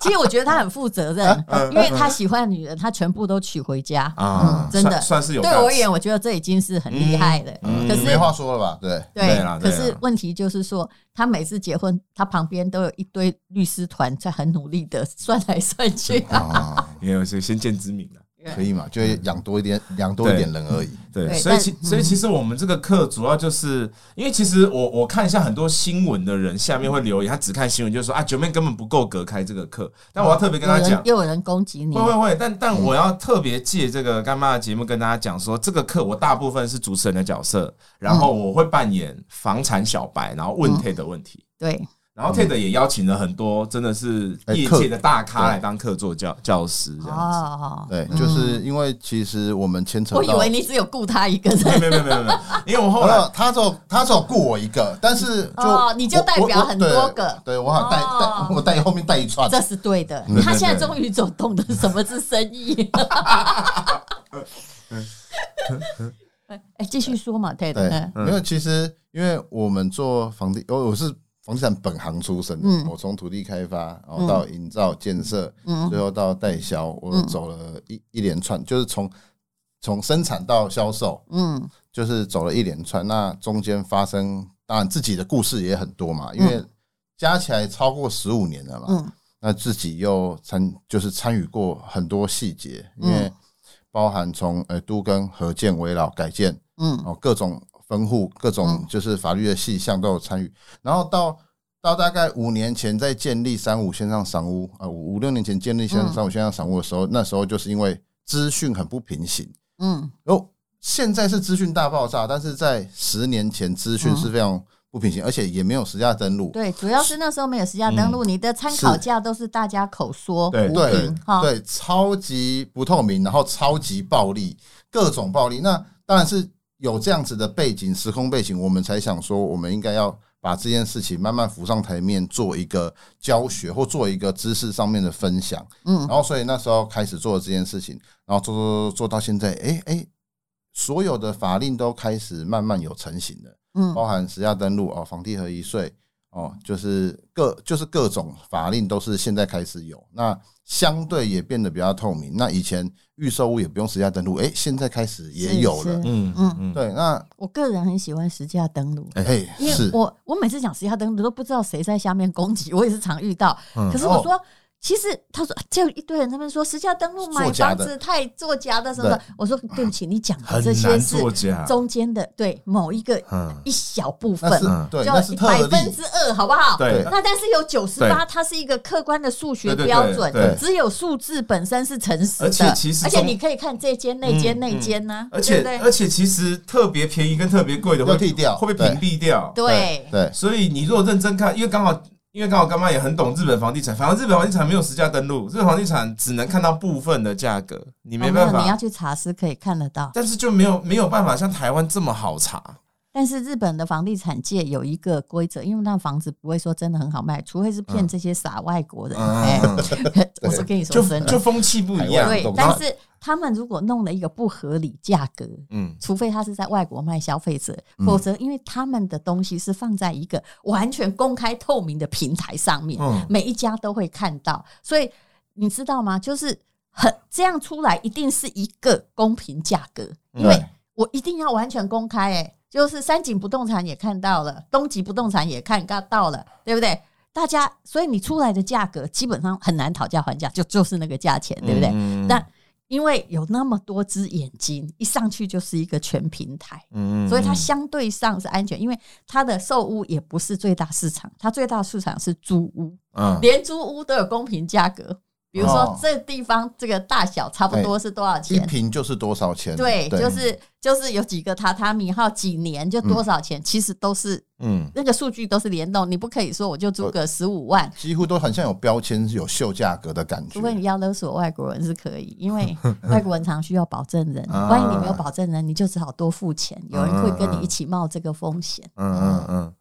Speaker 3: 其实我觉得他很负责任，因为他喜欢的女人，他全部都娶回家。
Speaker 2: 嗯啊
Speaker 3: 嗯，真的
Speaker 2: 算算是有
Speaker 3: 对
Speaker 2: 价
Speaker 3: 我而
Speaker 2: 值
Speaker 3: 言，我觉得这已经是很厉害的。
Speaker 2: 嗯嗯
Speaker 3: 可
Speaker 4: 你没
Speaker 3: 是
Speaker 4: 话说了 吧？对，
Speaker 2: 对
Speaker 3: 对
Speaker 2: 啦，对
Speaker 3: 可
Speaker 2: 啦
Speaker 3: 是问题就是说，他每次结婚，他旁边都有一堆律师团在很努力的算来算去。
Speaker 4: 啊，
Speaker 2: 也有是先见之明啊了。
Speaker 4: 可以嘛？就养多一点，养多一点人而已。
Speaker 2: 对，
Speaker 3: 对嗯
Speaker 2: 所以
Speaker 3: 但嗯
Speaker 2: 其所以其实我们这个课主要就是因为其实我我看一下很多新闻的人下面会留言，他只看新闻就说啊九妹根本不够格开这个课，但我要特别跟
Speaker 3: 哦有
Speaker 2: 他
Speaker 3: 人
Speaker 2: 讲。
Speaker 3: 又有人攻击你
Speaker 2: 会，会会，但但我要特别借这个干妈的节目跟大家讲说，这个课我大部分是主持人的角色，然后
Speaker 3: 嗯
Speaker 2: 我会扮演房产小白，然后问 TED 的问题，
Speaker 3: 对
Speaker 2: 然后 TED 也邀请了很多真的是
Speaker 4: 嗯哎
Speaker 2: 业
Speaker 4: 客
Speaker 2: 界的大咖来当课座教教师这样子。
Speaker 3: 哦，
Speaker 4: 对，就是因为其实我们牵扯到，
Speaker 3: 我以为你只有顾他一个人。
Speaker 2: 没有没有没有没有，因为我后
Speaker 4: 好
Speaker 2: 来
Speaker 4: 了，他走他走雇我一个，但是就
Speaker 3: 哦你就
Speaker 4: 我
Speaker 3: 代表
Speaker 4: 我
Speaker 3: 很多个
Speaker 4: 对对我好带
Speaker 3: 哦
Speaker 4: 带我带后面带一串，
Speaker 3: 这是对的
Speaker 2: 对。
Speaker 3: 他
Speaker 2: 对
Speaker 3: 现在
Speaker 2: 对
Speaker 3: 终于走懂得什么是生 意。哎，继续说嘛，Ted。
Speaker 4: 对
Speaker 3: 嗯，
Speaker 4: 因为其实因为我们做房地，哦我我是房地产本行出身的，
Speaker 3: 嗯
Speaker 4: 我从土地开发，然后到营造建设，最后到代销，我
Speaker 3: 嗯
Speaker 4: 走了一一连串，就是从从生产到销售，
Speaker 3: 嗯
Speaker 4: 就是走了一连串。那中间发生，当然自己的故事也很多嘛，因为加起来超过十五年了嘛。
Speaker 3: 嗯
Speaker 4: 那自己又参就是参与过很多细节，因
Speaker 3: 嗯
Speaker 4: 为包含从呃都跟合建、围绕改建，
Speaker 3: 嗯
Speaker 4: 哦，各种分户、各种就是法律的细项都有参与。然后到到大概五年前在建立三五线上赏屋，呃，五五六年前建立线上
Speaker 3: 嗯
Speaker 4: 三五线上赏屋的时候，那时候就是因为资讯很不平行，
Speaker 3: 嗯
Speaker 4: 然后现在是资讯大爆炸，但是在十年前资讯是非常不平行，而且也没有实价登录。
Speaker 3: 对，主要是那时候没有实价登录，你的参考价都是大家口说
Speaker 2: 对
Speaker 3: 无
Speaker 4: 对
Speaker 3: 凭哈。
Speaker 4: 对，超级不透明，然后超级暴力，各种暴力。那当然是有这样子的背景、时空背景，我们才想说，我们应该要把这件事情慢慢浮上台面，做一个教学或做一个知识上面的分享。
Speaker 3: 嗯
Speaker 4: 然后，所以那时候开始做这件事情，然后做做做做到现在，哎哎，所有的法令都开始慢慢有成型了。
Speaker 3: 嗯
Speaker 4: 包含实价登录哦，房地合一税哦，就是各就是各种法令都是现在开始有，那相对也变得比较透明。那以前预售屋也不用实价登录，诶，现在开始也有
Speaker 3: 是
Speaker 4: 了。
Speaker 3: 是
Speaker 2: 嗯
Speaker 3: 嗯
Speaker 2: 嗯，
Speaker 4: 对，那
Speaker 3: 我个人很喜欢实价登录。
Speaker 4: 哎、
Speaker 3: 因为
Speaker 4: 是
Speaker 3: 我我每次讲实价登录都不知道谁在下面攻击，我也是常遇到。
Speaker 2: 嗯哦
Speaker 3: 可是我说，其实他说就有一堆人在那边说实价登录买
Speaker 4: 作假
Speaker 3: 房
Speaker 4: 的
Speaker 3: 子太作假的什么的
Speaker 4: 对，
Speaker 3: 我说对不起，你讲的
Speaker 2: 很
Speaker 3: 这些
Speaker 2: 难
Speaker 3: 是
Speaker 2: 作假
Speaker 3: 中间的对某一个
Speaker 2: 嗯
Speaker 3: 一小部分
Speaker 4: 那。是
Speaker 2: 嗯
Speaker 4: 对，
Speaker 3: 就
Speaker 4: 那是
Speaker 3: 百
Speaker 4: 特
Speaker 3: 分
Speaker 4: 例，
Speaker 3: 之二，好不好？
Speaker 2: 对
Speaker 3: 那但是有九十八，它是一个客观的数学
Speaker 2: 对对对
Speaker 3: 标准
Speaker 2: 对，
Speaker 3: 只有数字本身是诚实的。
Speaker 2: 而且其实
Speaker 3: 而且
Speaker 2: 中
Speaker 3: 你可以看这间、那间、
Speaker 2: 嗯
Speaker 3: 那间呢，
Speaker 2: 而
Speaker 3: 对
Speaker 2: 且
Speaker 3: 不对
Speaker 2: 而且其实特别便宜跟特别贵的会
Speaker 4: 要剔掉
Speaker 2: 会被屏蔽掉。
Speaker 3: 对
Speaker 4: 对
Speaker 2: 所以你如果认真看，因为刚好因为刚好干妈也很懂日本房地产，反正日本房地产没有实价登录，日本房地产只能看到部分的价格，你没
Speaker 3: 哦
Speaker 2: 办
Speaker 3: 有你要
Speaker 2: 法。
Speaker 3: 去查是可以看得到。
Speaker 2: 但是就没有没有办法像台湾这么好查，
Speaker 3: 但是日本的房地产界有一个规则，因为那房子不会说真的很好卖，除非是骗这些傻外国人。
Speaker 2: 嗯
Speaker 3: 哎，我是跟你
Speaker 2: 就
Speaker 3: 说真
Speaker 2: 就
Speaker 3: 的，
Speaker 2: 风气不一样。
Speaker 4: 海外
Speaker 3: 对
Speaker 4: 懂。
Speaker 2: 然
Speaker 3: 但
Speaker 2: 后
Speaker 3: 是他们如果弄了一个不合理价格，
Speaker 2: 嗯，
Speaker 3: 除非他是在外国卖消费者，否则因为他们的东西是放在一个完全公开透明的平台上面，
Speaker 2: 嗯
Speaker 3: 每一家都会看到，所以你知道吗？就是很这样出来，一定是一个公平价格，因为
Speaker 4: 对
Speaker 3: 我一定要完全公开、欸，就是三井不动产也看到了，东极不动产也看到了，对不对？大家，所以你出来的价格基本上很难讨价还价，就就是那个价钱，对不对？
Speaker 2: 嗯
Speaker 3: 那因为有那么多只眼睛，一上去就是一个全平台，
Speaker 2: 嗯
Speaker 3: 所以它
Speaker 2: 嗯
Speaker 3: 相对上是安全，因为它的售屋也不是最大市场，它最大市场是租屋，
Speaker 2: 嗯
Speaker 3: 连租屋都有公平价格。比如说
Speaker 4: 哦
Speaker 3: 这地方这个大小差不
Speaker 2: 哎
Speaker 3: 多是多少
Speaker 4: 一
Speaker 3: 钱？
Speaker 4: 瓶就是多少钱？
Speaker 3: 对，就是就是有几个榻榻米，还有几年就多少钱，其实都是
Speaker 2: 嗯
Speaker 3: 那个数据都是联动，你不可以说我就租个十五万，
Speaker 4: 几乎都很像有标签、有秀价格的感觉
Speaker 3: 除。非你要勒索外国人是可以，因为外国人常需要保证人，
Speaker 2: 啊
Speaker 3: 万一你没有保证人，你就只好多付钱，有人会跟你一起冒这个风险。
Speaker 2: 嗯嗯嗯，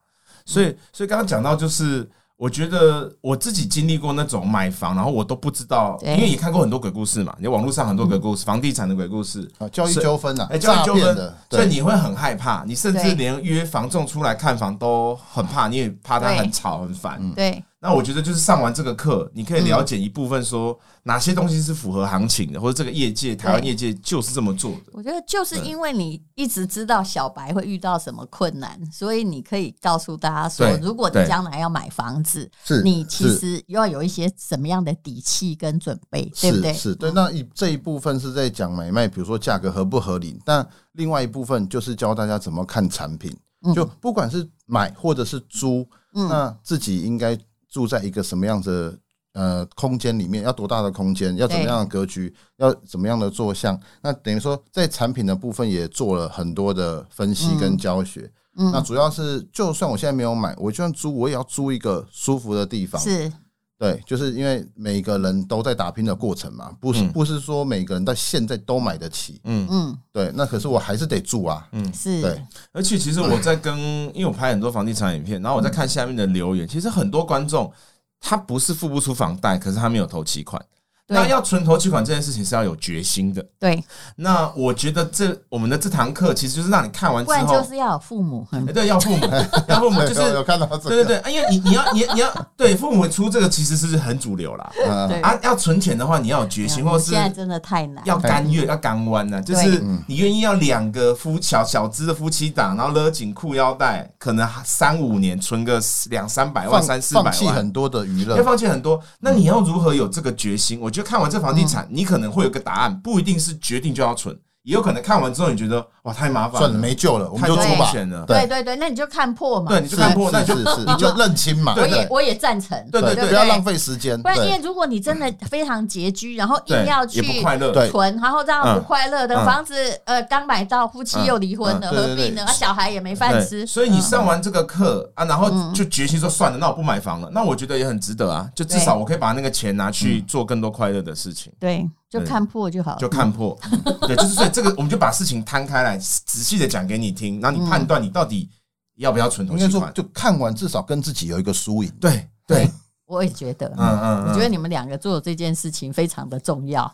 Speaker 2: 所以所以刚刚讲到就是。我觉得我自己经历过那种买房，然后我都不知道，因
Speaker 3: 对
Speaker 2: 为也看过很多鬼故事嘛，你网络上很多鬼故事，房地产的鬼故事，
Speaker 4: 啊，交易
Speaker 2: 是
Speaker 4: 纠纷啊，
Speaker 2: 哎，诈
Speaker 4: 诈骗
Speaker 2: 骗
Speaker 4: 的
Speaker 2: 的，，
Speaker 4: 对
Speaker 2: 所以你会很害怕，你甚至
Speaker 3: 对
Speaker 2: 连约房仲出来看房都很怕，你也怕他
Speaker 3: 对
Speaker 2: 很吵很烦。
Speaker 3: 对嗯
Speaker 2: 那我觉得就是上完这个课，你可以了解一部分说哪些东西是符合行情的，或者这个业界台湾
Speaker 3: 对
Speaker 2: 业界就是这么做的。
Speaker 3: 我觉得就是因为你一直知道小白会遇到什么困难，所以你可以告诉大家说
Speaker 2: 对，
Speaker 3: 如果
Speaker 2: 对
Speaker 3: 你将来要买房子，
Speaker 4: 是
Speaker 3: 你其
Speaker 4: 是
Speaker 3: 实要有一些什么样的底气跟准备，对不
Speaker 4: 是
Speaker 3: 对？嗯
Speaker 4: 是对，那一这一部分是在讲买卖，比如说价格合不合理。那另外一部分就是教大家怎么看产品，
Speaker 3: 嗯
Speaker 4: 就不管是买或者是租，那自己应该住在一个什么样子的呃空间里面，要多大的空间，要怎么样的格局，要怎么样的坐向。那等于说，在产品的部分也做了很多的分析跟教学。
Speaker 3: 嗯
Speaker 4: 那主要是，就算我现在没有买，我就算租，我也要租一个舒服的地方。
Speaker 3: 是
Speaker 4: 对，就是因为每个人都在打拼的过程嘛，不是、
Speaker 2: 嗯
Speaker 4: 不是说每个人到现在都买得起，
Speaker 2: 嗯，
Speaker 3: 嗯
Speaker 4: 对，那可是我还是得住啊，
Speaker 3: 是
Speaker 4: 对，
Speaker 2: 而且其实我在跟，因为我拍很多房地产影片，然后我
Speaker 3: 嗯
Speaker 2: 在看下面的留言，其实很多观众他不是付不出房贷，可是他没有头期款。
Speaker 3: 对
Speaker 2: 那要存头期款这件事情是要有决心的。
Speaker 3: 对，
Speaker 2: 那我觉得这我们的这堂课其实就是让你看完
Speaker 3: 不
Speaker 2: 之
Speaker 3: 然
Speaker 2: 后，
Speaker 3: 就是要有父母。嗯
Speaker 2: 哎对，要父母，要父母哦 就
Speaker 4: 有有
Speaker 2: 是。
Speaker 4: 看到这
Speaker 2: 对对
Speaker 4: 个，
Speaker 2: 对，啊因为你你要你你要对父母出这个其实是很主流啦，
Speaker 4: 啊
Speaker 3: 对嗯
Speaker 2: 啊，要存钱的话你要有决心，或者是
Speaker 3: 啊现在真的太难，
Speaker 2: 要甘愿要甘弯呐、就是
Speaker 3: 嗯
Speaker 2: 你愿意要两个夫小小资的夫妻啊档，然后勒紧裤腰带，可能三五年存个两三百万、
Speaker 4: 放
Speaker 2: 三四百
Speaker 4: 放弃
Speaker 2: 万。
Speaker 4: 很多的娱乐
Speaker 2: 要，放弃很多，那你要如何有这个决心？我觉得看完这房地产，你可能会有个答案，不一定是决定就要存，也有可能看完之后你觉得哇太麻烦
Speaker 4: 算了，没救了，我们
Speaker 2: 太
Speaker 4: 就
Speaker 2: 多
Speaker 4: 住
Speaker 3: 多
Speaker 4: 吧
Speaker 2: 风，险了，
Speaker 3: 对对对，那你就看破嘛。
Speaker 2: 对，你就是看破，那你
Speaker 4: 是
Speaker 2: 就是
Speaker 4: 是，你就认清嘛，
Speaker 3: 我
Speaker 4: 对
Speaker 3: 也
Speaker 4: 对
Speaker 3: 我也赞成，
Speaker 2: 对
Speaker 4: 对
Speaker 2: 对
Speaker 4: 不要浪费时间，
Speaker 3: 不然，因为
Speaker 4: 对
Speaker 3: 如果你真的非常拮据，然后硬
Speaker 2: 对
Speaker 3: 要
Speaker 2: 也
Speaker 3: 去
Speaker 2: 不快乐，
Speaker 4: 对
Speaker 3: 存，然后这样不快乐的
Speaker 2: 嗯
Speaker 3: 房子，呃，刚买到，夫妻又离婚了，
Speaker 4: 嗯嗯
Speaker 3: 何
Speaker 4: 对对
Speaker 3: 必
Speaker 4: 对
Speaker 3: 呢？啊小孩也没饭
Speaker 2: 对，
Speaker 3: 吃，
Speaker 2: 所以你
Speaker 3: 嗯
Speaker 2: 上完这个课、啊，然后就决心说算了，那我不买房了。那我觉得也很值得啊，就至
Speaker 3: 对
Speaker 2: 少我可以把那个钱拿去
Speaker 4: 嗯
Speaker 2: 做更多快乐的事情。
Speaker 3: 对，就
Speaker 2: 对
Speaker 3: 看破就好
Speaker 2: 就
Speaker 3: 了。
Speaker 2: 看破，
Speaker 4: 嗯
Speaker 2: 对，就是所以这个，我们就把事情摊开来，仔细的讲给你听，然后你判断你到底要不要存头
Speaker 4: 应该
Speaker 2: 期
Speaker 4: 说
Speaker 2: 款。
Speaker 4: 就看完至少跟自己有一个输赢，
Speaker 2: 对对，
Speaker 3: 我也觉得，
Speaker 2: 嗯嗯，
Speaker 3: 我觉得
Speaker 2: 嗯
Speaker 3: 你们两个做的这件事情非常的重 要，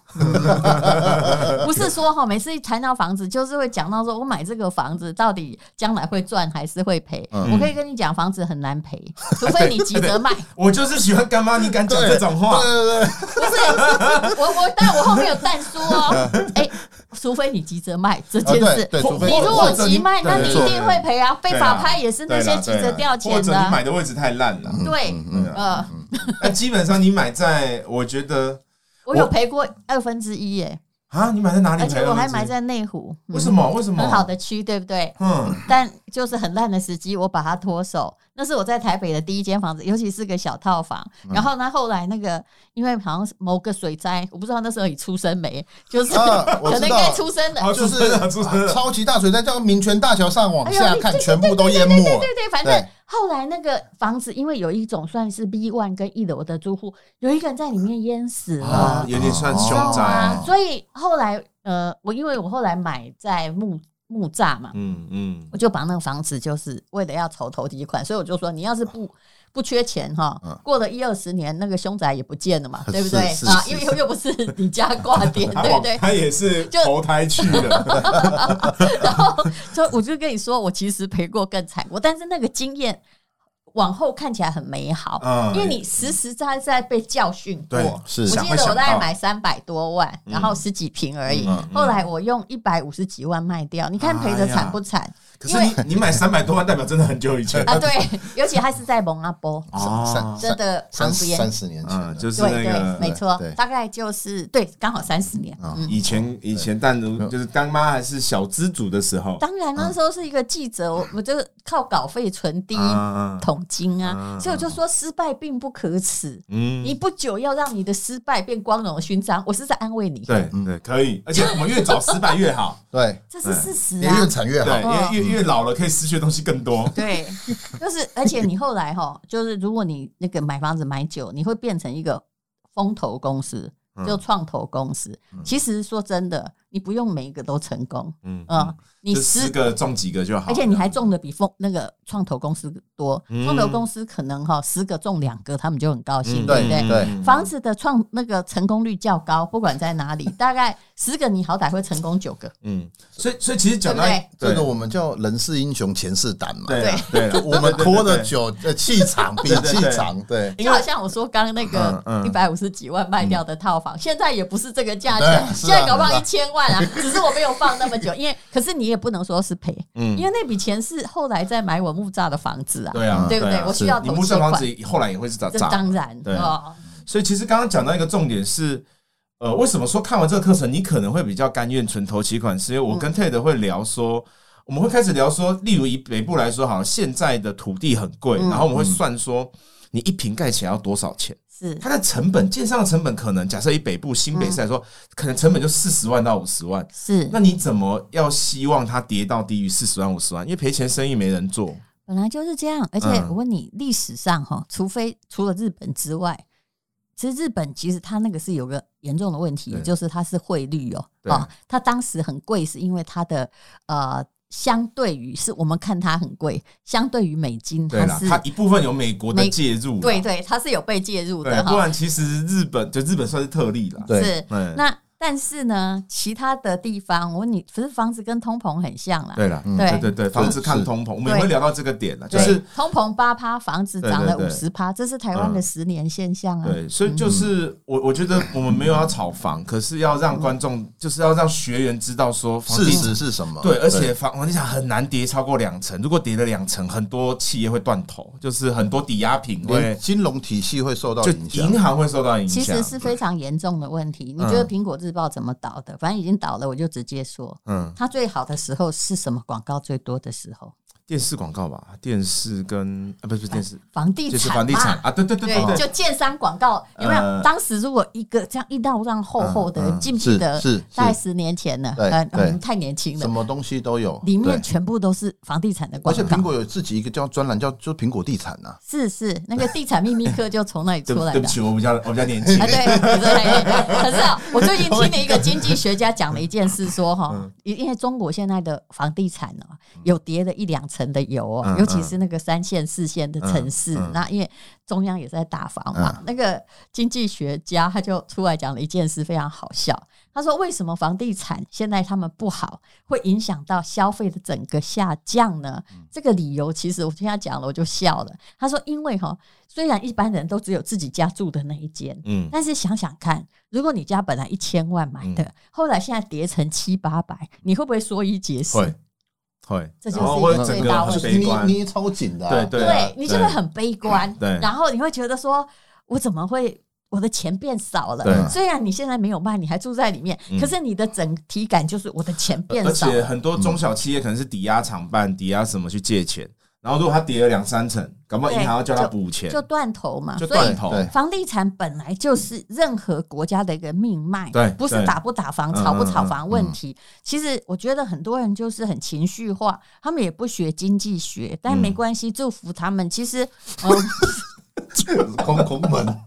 Speaker 3: 不是说哈，每次一谈到房子，就是会讲到说我买这个房子到底将来会赚还是会赔。
Speaker 2: 嗯
Speaker 3: 我可以跟你讲，房子很难赔，除非你急着 卖。
Speaker 2: 我就是喜欢干妈，你敢讲这种话？
Speaker 3: 不是我我，但我后面有但说哦， 哎、除非你急着卖这件
Speaker 4: 啊
Speaker 3: 事
Speaker 4: 对，对，除非
Speaker 3: 你如果
Speaker 2: 或者
Speaker 3: 急卖，那
Speaker 2: 对
Speaker 3: 你一定会赔啊，被
Speaker 2: 对
Speaker 3: 法
Speaker 2: 啦
Speaker 3: 拍也是那些急着
Speaker 2: 对
Speaker 3: 掉
Speaker 2: 啦
Speaker 3: 钱
Speaker 2: 对啦或者
Speaker 3: 的
Speaker 2: 你
Speaker 3: 啊，
Speaker 2: 买的位置太烂了。
Speaker 3: 对，
Speaker 2: 嗯啊
Speaker 3: 呃，
Speaker 2: 那基本上你买在，我觉得
Speaker 3: 我有赔过二分之一耶，
Speaker 2: 啊，你买在哪里？
Speaker 3: 而且我还买
Speaker 2: 台湾之
Speaker 3: 在内湖，嗯
Speaker 2: 为什？么？为什么？
Speaker 3: 很好，的区，对不对？
Speaker 2: 嗯
Speaker 3: 但就是很烂的时机，我把它脱手。那是我在台北的第一间房子，尤其是个小套房。然后呢，后来那个因为好像是某个水灾，我不知道那时候你出生没，就是、
Speaker 4: 啊我
Speaker 3: 可
Speaker 4: 知
Speaker 3: 能
Speaker 4: 道
Speaker 3: 该出生了。
Speaker 2: 好
Speaker 4: 就是
Speaker 2: 啊出生了出生了
Speaker 4: 超级大水灾，叫民权大桥上往
Speaker 3: 哎
Speaker 4: 下
Speaker 3: 呦
Speaker 4: 看，
Speaker 3: 对
Speaker 4: 全部都淹没了
Speaker 3: 对，对，反
Speaker 4: 对
Speaker 3: 正后来那个房子，因为有一种算是 B one 跟一楼的住户，有一个人在里面淹死了，
Speaker 2: 啊，有点算
Speaker 4: 哦
Speaker 3: 你知
Speaker 2: 凶
Speaker 3: 道
Speaker 2: 宅
Speaker 3: 吗？。所以后来呃，我因为我后来买在木木栅嘛，
Speaker 2: 嗯嗯
Speaker 3: 我就把那个房子就是为了要筹投提款，所以我就说，你要是不不缺钱哈，过了一二十年，那个凶宅也不见了嘛，对不对
Speaker 4: 是是
Speaker 3: 啊？
Speaker 4: 是
Speaker 3: 因为又又不是你家挂点， 对不对？
Speaker 2: 他也是投胎去 的，
Speaker 3: 然后 就我就跟你说，我其实赔过更惨过，但是那个经验往后看起来很美好，
Speaker 2: 嗯
Speaker 3: 因为你实实在在被教训过。
Speaker 2: 对
Speaker 4: 是
Speaker 3: 我记
Speaker 2: 想会
Speaker 3: 得我
Speaker 2: 想
Speaker 3: 大概
Speaker 2: 到
Speaker 3: 买三百多万，然后十几平而已
Speaker 2: 嗯嗯。哎
Speaker 3: 后来我用一百五十几万卖掉，你看赔的惨不惨？
Speaker 2: 可是你你买三百多万，代表真的很久以前
Speaker 3: 啊，对，尤其还是在蒙阿波，
Speaker 2: 哦
Speaker 3: 真的
Speaker 4: 三
Speaker 3: 行不厌
Speaker 4: 三。十年前了
Speaker 2: 嗯，就是
Speaker 3: 对
Speaker 2: 那
Speaker 3: 对，
Speaker 2: 个
Speaker 3: 没错
Speaker 4: 对，
Speaker 3: 大概就是对，刚好三十年。
Speaker 4: 啊
Speaker 3: 嗯，
Speaker 2: 以前以前淡如就是当妈还是小资主的时候，
Speaker 3: 当然那时候是一个记者，我我就是靠稿费存第一
Speaker 2: 啊
Speaker 3: 桶金
Speaker 2: 啊
Speaker 3: 啊，所以我就说失败并不可耻，
Speaker 2: 嗯
Speaker 3: 你不久要让你的失败变光荣勋章。我是在安慰你，
Speaker 2: 对对，可以，而且我们越早失败越 好，
Speaker 4: 对，
Speaker 3: 这是事实
Speaker 4: 也
Speaker 3: 啊
Speaker 4: 越。惨越好
Speaker 2: 对，。因为越越老了可以失去的东西更多。
Speaker 3: 对，就是而且你后来哈，就是如果你那个买房子买久，你会变成一个风投公司，
Speaker 2: 嗯
Speaker 3: 就创投公司。其实说真的，你不用每一个都成功，
Speaker 2: 嗯
Speaker 3: 嗯，你
Speaker 2: 就十
Speaker 3: 十。
Speaker 2: 个中几个就好，
Speaker 3: 而且你还中的比风那个创投公司多，
Speaker 2: 嗯
Speaker 3: 创投公司可能哈十个中两个，他们就很高兴，
Speaker 2: 嗯
Speaker 3: 对不对？
Speaker 4: 对
Speaker 3: 房子的创那个成功率较高，不管 在哪里，大概十个你好歹会成功九个。
Speaker 2: 嗯，所以所以其实讲到
Speaker 3: 对
Speaker 4: 这个我们叫人是英雄，钱是胆嘛。
Speaker 2: 对啦对啊啦，
Speaker 4: 我们拖
Speaker 2: 的
Speaker 4: 的久，呃，气场比
Speaker 2: 对
Speaker 4: 气
Speaker 2: 对
Speaker 4: 场，对
Speaker 2: 因
Speaker 3: 就
Speaker 2: 为
Speaker 3: 好像我说刚刚那个
Speaker 2: 嗯嗯嗯
Speaker 3: 一百五十几万卖掉的套房，现在也不是这个价
Speaker 4: 对
Speaker 3: 钱
Speaker 4: 啊，是
Speaker 3: 现
Speaker 4: 啊
Speaker 3: 在搞不
Speaker 4: 是
Speaker 3: 好
Speaker 4: 啊
Speaker 3: 一千万啊，只是我没有放那么久，因为可是你也不能说是赔，
Speaker 2: 嗯
Speaker 3: 因为那笔钱是后来再买我木栅的房子啊，
Speaker 2: 对啊，
Speaker 3: 对不对
Speaker 2: 啊？
Speaker 3: 我需要
Speaker 2: 你
Speaker 3: 投
Speaker 2: 木
Speaker 3: 期
Speaker 2: 栅房
Speaker 3: 款，
Speaker 2: 子后来也会是涨
Speaker 3: 这
Speaker 2: 涨，
Speaker 3: 当然
Speaker 2: 对
Speaker 3: 哦，
Speaker 2: 所以其实刚刚讲到一个重点是。呃，为什么说看完这个课程，你可能会比较甘愿存头期款？是因为我
Speaker 3: 嗯
Speaker 2: 跟 Ted 会聊说，我们会开始聊说，例如以北部来说，好，现在的土地很贵，
Speaker 3: 嗯
Speaker 2: 然后我们会算说，你一瓶盖起来要多少钱？
Speaker 3: 是
Speaker 2: 它的成本，建商的成本可能，假设以北部新北市来说，
Speaker 3: 嗯
Speaker 2: 可能成本就四十万到五十万。
Speaker 3: 是
Speaker 2: 那，你怎么要希望它跌到低于四十万、五十万？因为赔钱生意没人做。
Speaker 3: 本来就是这样。而且
Speaker 2: 嗯
Speaker 3: 我问你，历史上哈，除非除了日本之外，其实日本其实它那个是有个严重的问题，
Speaker 2: 对
Speaker 3: 也就是它是汇率哦，
Speaker 2: 对
Speaker 3: 啊，它当时很贵，是因为它的呃，相对于是我们看它很贵，相对于美金，
Speaker 2: 对
Speaker 3: 它
Speaker 2: 啦
Speaker 3: 是，
Speaker 2: 它一部分有美国的
Speaker 3: 美
Speaker 2: 介入啦，
Speaker 3: 对对，它是有被介入
Speaker 2: 对，
Speaker 3: 的
Speaker 2: 不
Speaker 3: 哈，
Speaker 2: 然其实日本就日本算是特例啦。
Speaker 4: 对
Speaker 3: 是
Speaker 2: 嗯
Speaker 3: 那。但是呢，其他的地方，我问你，不是房子跟通膨很像啦，
Speaker 2: 对啦，
Speaker 4: 嗯
Speaker 2: 对
Speaker 3: 对
Speaker 2: 对对，房子看通膨，我们也会聊到这个点啦，就
Speaker 3: 对，
Speaker 2: 是
Speaker 3: 通膨八趴，房子涨了
Speaker 2: 对对
Speaker 3: 五十趴，这是台湾的
Speaker 2: 嗯
Speaker 3: 十年现象啊。
Speaker 2: 对，
Speaker 4: 嗯
Speaker 2: 所以就是我我觉得我们没有要炒房，可是要让观众，就是要让学员知道说房
Speaker 4: 嗯事
Speaker 2: 地
Speaker 4: 实是什么？
Speaker 2: 对，而且房房地产很难跌超过两成，如果跌了两成，很多企业会断头，就是很多抵押品
Speaker 4: 连
Speaker 2: 会，
Speaker 4: 金融体系会受到
Speaker 2: 就
Speaker 4: 影响
Speaker 2: 银。行会受到影响。
Speaker 3: 其实是非常严重的问题。你觉得苹果日报怎么倒的？反正已经倒了，我就直接说，
Speaker 2: 嗯，
Speaker 3: 它最好的时候是什么？广告最多的时候，
Speaker 2: 电视广告吧，电视跟啊不是不是电视，
Speaker 3: 房地
Speaker 2: 就是
Speaker 3: 产嘛，
Speaker 2: 房地产啊，对对对
Speaker 3: 对，
Speaker 2: 对
Speaker 3: 就
Speaker 2: 对，
Speaker 3: 建商广告有没
Speaker 2: 呃
Speaker 3: 有？当时如果一个这样一道让厚厚的
Speaker 2: 嗯，嗯
Speaker 3: 记不记得？
Speaker 4: 是是
Speaker 3: 大概十年前了，
Speaker 4: 对
Speaker 3: 呃
Speaker 4: 对
Speaker 3: 嗯太年轻
Speaker 4: 什
Speaker 3: 了。
Speaker 4: 么东西都有，
Speaker 3: 里面
Speaker 4: 对
Speaker 3: 全部都是房地产的
Speaker 4: 而
Speaker 3: 广
Speaker 4: 且
Speaker 3: 告
Speaker 4: 苹，果有自己一个叫专栏叫就苹果地产啊呐、
Speaker 3: 是是那个地产秘密课就从那里
Speaker 2: 对
Speaker 3: 出
Speaker 2: 不
Speaker 3: 来
Speaker 2: 对
Speaker 3: 的
Speaker 2: 不。起，我比较我比较年轻
Speaker 3: 啊，，对，你说哪一点可是啊，我最近听了一个经济学家讲了一件事，说哈，
Speaker 2: 嗯
Speaker 3: 因因为中国现在的房地产哦，有跌了一两成的有哦
Speaker 2: 嗯，
Speaker 3: 尤其是那个三线、四线的城市
Speaker 2: 嗯嗯，嗯
Speaker 3: 那因为中央也在打房嘛，那个经济学家他就出来讲了一件事，非常好笑。他说：“为什么房地产现在他们不好，会影响到消费的整个下降呢？”
Speaker 2: 嗯
Speaker 3: 这个理由其实我听他讲了，我就笑了。他说：“因为哈，虽然一般人都只有自己家住的那一间，
Speaker 2: 嗯
Speaker 3: 但是想想看，如果你家本来一千万买的，
Speaker 2: 嗯
Speaker 3: 后来现在跌成七八百，你会不会缩衣节食？
Speaker 2: 会会，
Speaker 3: 这就是
Speaker 2: 然后会
Speaker 3: 一个
Speaker 2: 整
Speaker 3: 最
Speaker 2: 个
Speaker 3: 大问
Speaker 2: 很
Speaker 3: 题
Speaker 2: 悲观，
Speaker 4: 捏超紧的、
Speaker 2: 对
Speaker 4: 啊，
Speaker 2: 对啊
Speaker 3: 你就会很悲观，
Speaker 2: 对
Speaker 3: 然后你会觉得说，我怎么会？我的钱变少
Speaker 2: 对
Speaker 3: 了，虽然你现在没有卖，你还住在里面，
Speaker 2: 嗯
Speaker 3: 可是你的整体感就是我的钱变
Speaker 2: 而
Speaker 3: 少了
Speaker 2: 且很多中小企业可能是抵押厂办、抵押什么去借钱，然后如果它跌了两三成，搞不好银行要叫他补钱，
Speaker 3: 就断头嘛，
Speaker 2: 就
Speaker 3: 所
Speaker 2: 断
Speaker 3: 以
Speaker 2: 头。
Speaker 4: 对
Speaker 3: 房地产本来就是任何国家的一个命脉，
Speaker 2: 对
Speaker 3: 不是
Speaker 2: 对
Speaker 3: 打不打房、
Speaker 2: 嗯
Speaker 3: 炒不炒房问题。其实我觉得很多人就是很情绪化，他们也不学经济学，
Speaker 2: 嗯
Speaker 3: 但没关系，祝福他们。其实，嗯，
Speaker 4: 空空门，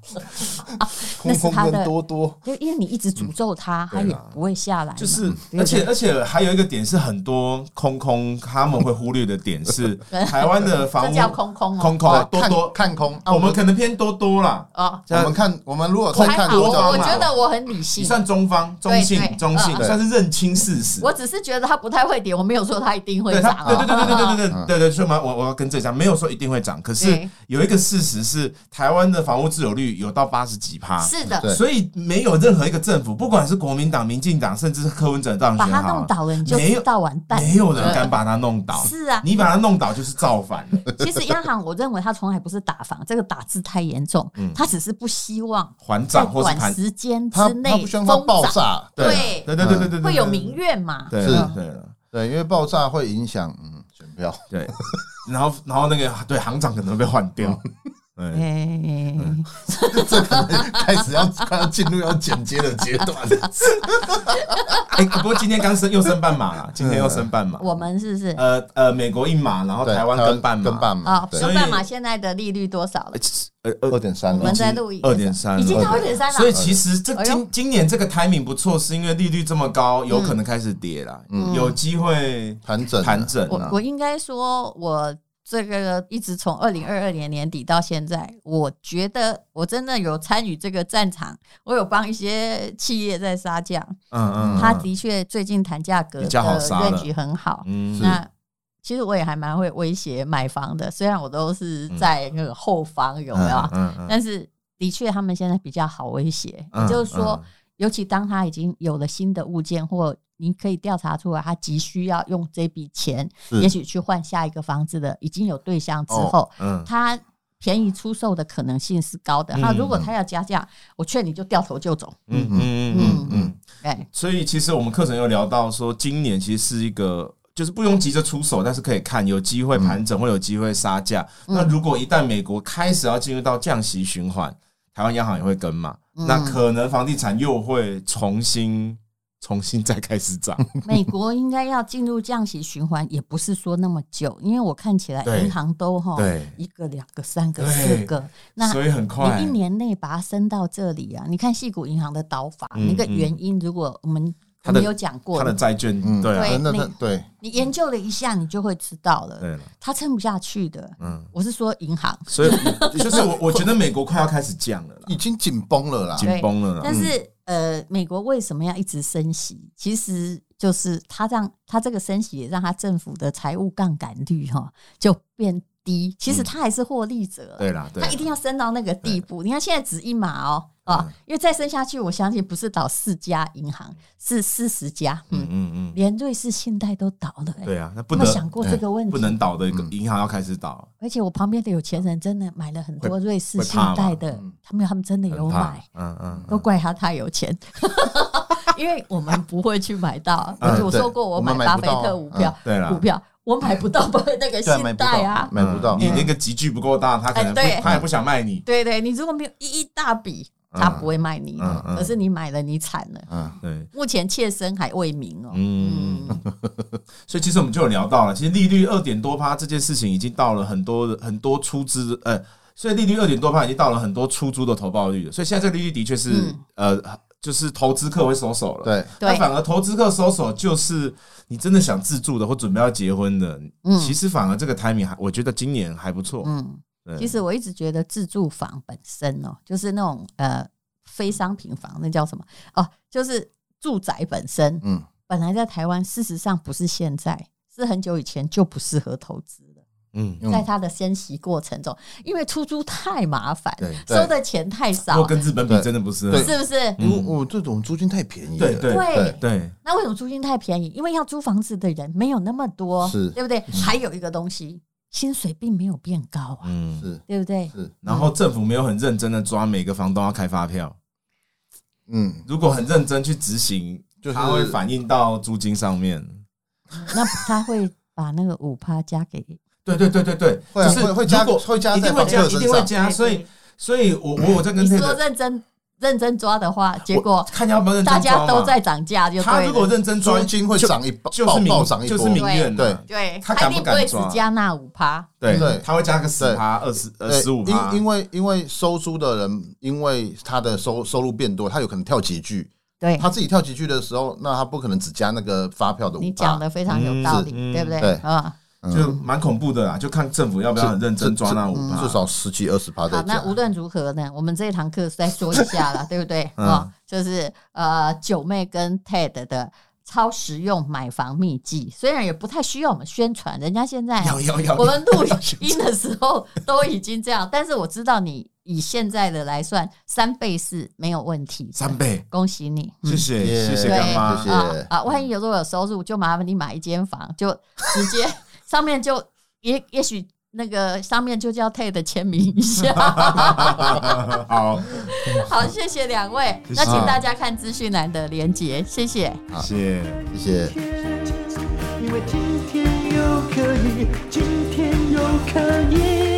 Speaker 4: 空空
Speaker 3: 他的
Speaker 4: 门多多，
Speaker 3: 就因为你一直诅咒他，他
Speaker 2: 嗯对
Speaker 3: 也
Speaker 2: 啦
Speaker 3: 不会下来嘛。
Speaker 2: 就是，
Speaker 4: 嗯
Speaker 3: 对
Speaker 2: 而且而且还有一个点是很多空空他们会忽略的点是，
Speaker 3: 对
Speaker 2: 台湾的
Speaker 3: 这
Speaker 2: 房屋
Speaker 3: 叫空空哦，
Speaker 2: 空空多
Speaker 4: 对看
Speaker 2: 多，
Speaker 4: 看空，啊、
Speaker 2: 我们可能偏多多啦。
Speaker 3: 哦，
Speaker 4: 我们看我们如果
Speaker 3: 我
Speaker 4: 再
Speaker 3: 还
Speaker 4: 看
Speaker 3: 好，
Speaker 4: 多
Speaker 3: 我
Speaker 4: 角
Speaker 3: 我
Speaker 4: 度
Speaker 3: 觉得我很理
Speaker 2: 你
Speaker 3: 性。
Speaker 2: 算中方、中
Speaker 3: 对
Speaker 2: 性、
Speaker 3: 对
Speaker 2: 中性，
Speaker 3: 嗯
Speaker 4: 嗯
Speaker 2: 算是认清事实。
Speaker 3: 我只是觉得他不太会点，我没有说他一定会
Speaker 2: 对
Speaker 3: 涨
Speaker 2: 他，对
Speaker 3: 哦。
Speaker 2: 对对对对对对对
Speaker 4: 嗯
Speaker 2: 对对，所以我们我我要跟这讲，没有说一定会涨，可是
Speaker 3: 对
Speaker 2: 有一个事实是，台湾的房屋自有率有到八十几趴，
Speaker 3: 是的，
Speaker 4: 对
Speaker 2: 所以没有任何一个政府，不管是国民党、民进党，甚至是柯文哲当
Speaker 3: 把
Speaker 2: 选
Speaker 3: 它
Speaker 2: 好
Speaker 3: 弄
Speaker 2: 了，
Speaker 3: 倒了，你就
Speaker 2: 没有
Speaker 3: 知道完蛋。
Speaker 2: 没有人敢把它弄倒。
Speaker 3: 是啊，
Speaker 2: 你把它弄倒就是造反。
Speaker 3: 其实央行，我认为他从来不是打房，这个打字太严重，他只是不希望
Speaker 2: 还
Speaker 3: 在
Speaker 2: 账嗯或是
Speaker 3: 短
Speaker 2: 盘，
Speaker 3: 时间
Speaker 4: 他
Speaker 3: 之
Speaker 4: 他
Speaker 3: 内
Speaker 4: 不希望它
Speaker 3: 疯
Speaker 4: 爆
Speaker 3: 涨，
Speaker 4: 炸，
Speaker 3: 对
Speaker 2: 对对对对对，
Speaker 3: 会有民怨嘛？
Speaker 2: 对
Speaker 4: 是
Speaker 2: 了对了
Speaker 4: 对，因为爆炸会影响嗯选票，
Speaker 2: 对，然后然后那个对行长可能被换掉，对，
Speaker 3: 哎，
Speaker 4: 这可能 开始要快要进入要剪接的阶 段了。
Speaker 2: 哎，不过今天刚升又升半马了，今天又升半马，
Speaker 3: 我们是不是
Speaker 2: 呃呃，美国一马，然后
Speaker 4: 对
Speaker 2: 台湾跟半马，
Speaker 4: 跟半
Speaker 3: 啊
Speaker 4: 嘛，？对
Speaker 2: 所以
Speaker 3: 就办嘛，现在的利率多少了？
Speaker 2: 呃
Speaker 4: 二
Speaker 2: 呃，
Speaker 4: 点三
Speaker 3: 我
Speaker 4: 了
Speaker 3: 们。在录影的时候，
Speaker 2: 2.3
Speaker 3: 已经到二点
Speaker 2: 2.3
Speaker 3: 三了，
Speaker 2: 嗯所以其实这
Speaker 3: 哎呦嗯
Speaker 2: 今今年这个 timing 不错，是因为利率这么高，有可能开始跌了，有机会
Speaker 4: 盘整，
Speaker 2: 盘整
Speaker 3: 我
Speaker 2: 啊。
Speaker 3: 我应该说，我这个一直从二零二二年年底到现在，我觉得我真的有参与这个战场，我有帮一些企业在杀价，
Speaker 2: 嗯嗯，嗯
Speaker 3: 他的确最近谈价格
Speaker 2: 比
Speaker 3: 的
Speaker 2: 较好杀了
Speaker 3: range 很好。
Speaker 2: 嗯
Speaker 4: 是
Speaker 3: 那其实我也还蛮会威胁买房的，虽然我都是在那个后方有没有，
Speaker 2: 嗯嗯
Speaker 3: 但是的确他们现在比较好威胁，
Speaker 2: 嗯
Speaker 3: 也就是说。
Speaker 2: 嗯
Speaker 3: 尤其当他已经有了新的物件，或你可以调查出来他急需要用这笔钱，
Speaker 4: 是
Speaker 3: 也许去换下一个房子的，已经有对象之后，
Speaker 2: 嗯，
Speaker 3: 他便宜出售的可能性是高的。
Speaker 2: 嗯
Speaker 3: 那、如果他要加价，我劝你就掉头就走。
Speaker 2: 嗯嗯嗯嗯嗯。
Speaker 3: 哎，
Speaker 2: 所以其实我们课程有聊到说，今年其实是一个。就是不用急着出手，但是可以看有机会盘整，会有机会杀价。
Speaker 3: 嗯
Speaker 2: 那如果一旦美国开始要进入到降息循环，台湾央行也会跟嘛？
Speaker 3: 嗯
Speaker 2: 那可能房地产又会重新重新再开始涨。
Speaker 3: 美国应该要进入降息循环，也不是说那么久，因为我看起来
Speaker 2: 对
Speaker 3: 银行都哈
Speaker 2: 对
Speaker 3: 一个、两个、三个、
Speaker 2: 对
Speaker 3: 四个，那
Speaker 2: 所以很快，
Speaker 3: 你一年内把它升到这里啊！你看细谷银行的倒法，
Speaker 2: 嗯
Speaker 3: 那个原因，如果我们
Speaker 2: 它
Speaker 3: 我
Speaker 2: 的
Speaker 3: 们有讲过
Speaker 2: 它，的债券，
Speaker 4: 嗯
Speaker 2: 对啊，
Speaker 3: 对
Speaker 4: 那
Speaker 3: 那
Speaker 4: 那对
Speaker 3: 你研究了一下，你就会知道了，
Speaker 2: 对了，
Speaker 3: 它撑不下去的。
Speaker 2: 嗯，
Speaker 3: 我是说银行，
Speaker 2: 所以就是我我觉得美国快要开始降 了啦，
Speaker 4: 已经紧绷了啦。
Speaker 2: 紧绷了啦，嗯
Speaker 3: 但是呃，美国为什么要一直升息？其实就是它让它这个升息也让它政府的财务杠杆率哈就变低，其实它还是获利者啊，
Speaker 2: 嗯对啦，对啦，
Speaker 3: 它一定要升到那个地步。你看现在只一码哦，啊，
Speaker 2: 嗯
Speaker 3: 因为再升下去，我相信不是倒四家银行，是四十家，
Speaker 2: 嗯
Speaker 3: 嗯，
Speaker 2: 嗯嗯，
Speaker 3: 连瑞士信贷都倒了、欸，
Speaker 2: 对啊，那不
Speaker 3: 有没有想
Speaker 2: 能
Speaker 3: 过这个问题？
Speaker 2: 不能倒的一个
Speaker 4: 嗯
Speaker 2: 银行要开始倒，
Speaker 3: 而且我旁边的有钱人真的买了很多瑞士信贷的
Speaker 4: 会怕吗嗯，
Speaker 3: 他们他们真的有
Speaker 2: 很怕
Speaker 3: 买，，
Speaker 2: 嗯嗯
Speaker 3: 都怪他太有钱。 因为我们不会去买到，
Speaker 2: 嗯
Speaker 3: 而且我
Speaker 4: 对
Speaker 3: 说过，我买
Speaker 4: 我们
Speaker 3: 巴
Speaker 4: 买
Speaker 3: 菲
Speaker 4: 不到
Speaker 3: 特股票，
Speaker 2: 对啦
Speaker 3: 股票我买不到巴 菲特那个
Speaker 4: 对，买
Speaker 3: 信
Speaker 4: 不
Speaker 3: 贷
Speaker 4: 到
Speaker 3: 啊，，
Speaker 4: 买不到。
Speaker 2: 你
Speaker 4: 嗯
Speaker 2: 哎那个集聚不够大，他可能不
Speaker 3: 哎对
Speaker 2: 他也不想卖你，
Speaker 3: 对对，你如果没有一一大笔，他不会卖你的，
Speaker 2: 嗯嗯
Speaker 3: 可是你买了，你惨了。
Speaker 4: 嗯，
Speaker 2: 对。
Speaker 3: 目前妾身还未明哦。
Speaker 2: 嗯，所以其实我们就有聊到了，其实利率二点多趴这件事情已经到了很多很多出资，呃，所以利率二点多趴已经到了很多出租的投报率了，所以现在这个利率的确是、呃，就是投资客会收手了。
Speaker 4: 对，
Speaker 3: 对
Speaker 2: 那反而投资客收手，就是你真的想自住的或准备要结婚的，
Speaker 3: 嗯
Speaker 2: 其实反而这个 timing 还我觉得今年还不错。
Speaker 3: 嗯，
Speaker 2: 对
Speaker 3: 其实我一直觉得自住房本身哦，就是那种呃非商品房，那叫什么？哦，就是住宅本身，
Speaker 4: 嗯，
Speaker 3: 本来在台湾，事实上不是现在，是很久以前就不适合投资了。
Speaker 2: 嗯，
Speaker 4: 嗯
Speaker 3: 在它的升息过程中，因为出租太麻烦
Speaker 2: 对，
Speaker 4: 对
Speaker 3: 收的钱太
Speaker 2: 如果
Speaker 3: 少，
Speaker 2: 跟日本比，
Speaker 4: 对
Speaker 2: 真的不是
Speaker 4: 对
Speaker 2: 很
Speaker 3: 是不是？
Speaker 4: 因为我这种租金太便宜了。
Speaker 2: 嗯对对
Speaker 3: 对
Speaker 2: 对，
Speaker 3: 那为什么租金太便宜？因为要租房子的人没有那么多，
Speaker 4: 是嗯
Speaker 3: 对不对？还有一个东西，薪水并没有变高啊，
Speaker 2: 嗯，
Speaker 4: 是
Speaker 3: 对不对？
Speaker 4: 是，
Speaker 2: 然后政府没有很认真的抓每个房东要开发票，
Speaker 4: 嗯，
Speaker 2: 如果很认真去执行，
Speaker 4: 就是
Speaker 2: 它会反映到租金上面。
Speaker 3: 那他会把那个五趴加给
Speaker 2: 对对对对对，
Speaker 4: 会啊
Speaker 2: 就是
Speaker 4: 会会加
Speaker 2: 如果
Speaker 4: 会加
Speaker 2: 一
Speaker 4: 在
Speaker 2: 定会
Speaker 4: 房
Speaker 2: 加，
Speaker 4: 客
Speaker 2: 一
Speaker 4: 身
Speaker 2: 定会
Speaker 4: 上。
Speaker 2: 加。所以，所以我我我在跟
Speaker 3: 你
Speaker 2: Ted
Speaker 3: 说认真认真抓的话，结果
Speaker 2: 看要不要认
Speaker 3: 大
Speaker 2: 真抓
Speaker 3: 家
Speaker 2: 嘛
Speaker 3: 都在涨价，就
Speaker 2: 他
Speaker 3: 对
Speaker 2: 如果
Speaker 3: 了。
Speaker 2: 认真抓
Speaker 4: 租，金会
Speaker 2: 就
Speaker 4: 涨一爆
Speaker 2: 就是民
Speaker 4: 暴涨一
Speaker 2: 就
Speaker 4: 波，
Speaker 2: 是民怨啊
Speaker 4: 对
Speaker 3: 对，
Speaker 2: 他
Speaker 3: 他
Speaker 2: 敢
Speaker 3: 一
Speaker 2: 不
Speaker 3: 定不
Speaker 2: 敢
Speaker 3: 会只
Speaker 2: 抓
Speaker 3: 加那五趴，
Speaker 2: 对
Speaker 4: 对，
Speaker 2: 他会加个十趴、二十、呃
Speaker 4: 对
Speaker 2: 十五趴，
Speaker 4: 因因为因为收租的人，因为他的收收入变多，他有可能跳几句。
Speaker 3: 对
Speaker 4: 他自己跳几句的时候，那他不可能只加那个发票的五
Speaker 3: 你
Speaker 4: 趴
Speaker 3: 讲的非常有道理，
Speaker 2: 嗯
Speaker 3: 对不对
Speaker 4: 对？
Speaker 3: 啊，
Speaker 2: 就蛮恐怖的啦，就看政府要不要很认真抓那五趴。
Speaker 4: 至少十几二十趴
Speaker 3: 好
Speaker 4: 在，
Speaker 3: 那
Speaker 4: 加。
Speaker 3: 无论如何呢，我们这 一
Speaker 2: 嗯
Speaker 3: 堂课再说一下啦，对不对？啊，就是呃，九妹跟 Ted 的超实用买房秘籍，虽然也不太需要我们宣传，人家现在啊
Speaker 2: 要要要，
Speaker 3: 我们录
Speaker 2: 要宣
Speaker 3: 音的时候都已经这样，但是我知道你以现在的来算，三倍是没有问题的。
Speaker 2: 三，倍，
Speaker 3: 恭喜你！
Speaker 2: 谢谢
Speaker 4: 耶
Speaker 2: 谢谢
Speaker 3: 对
Speaker 2: 干妈
Speaker 4: 嗯谢，谢
Speaker 3: 啊啊！万一有时候有收入，就麻烦你买一间房，就直接 上面就也也许那个上面就叫 Ted 签名一 下。
Speaker 2: 好，
Speaker 3: 好，谢谢两位，
Speaker 2: 谢谢
Speaker 3: 那请大家看资讯栏的连结，谢谢。
Speaker 4: 好
Speaker 2: 谢谢。
Speaker 4: 谢谢。
Speaker 1: 因为今天又可以，今天又可以。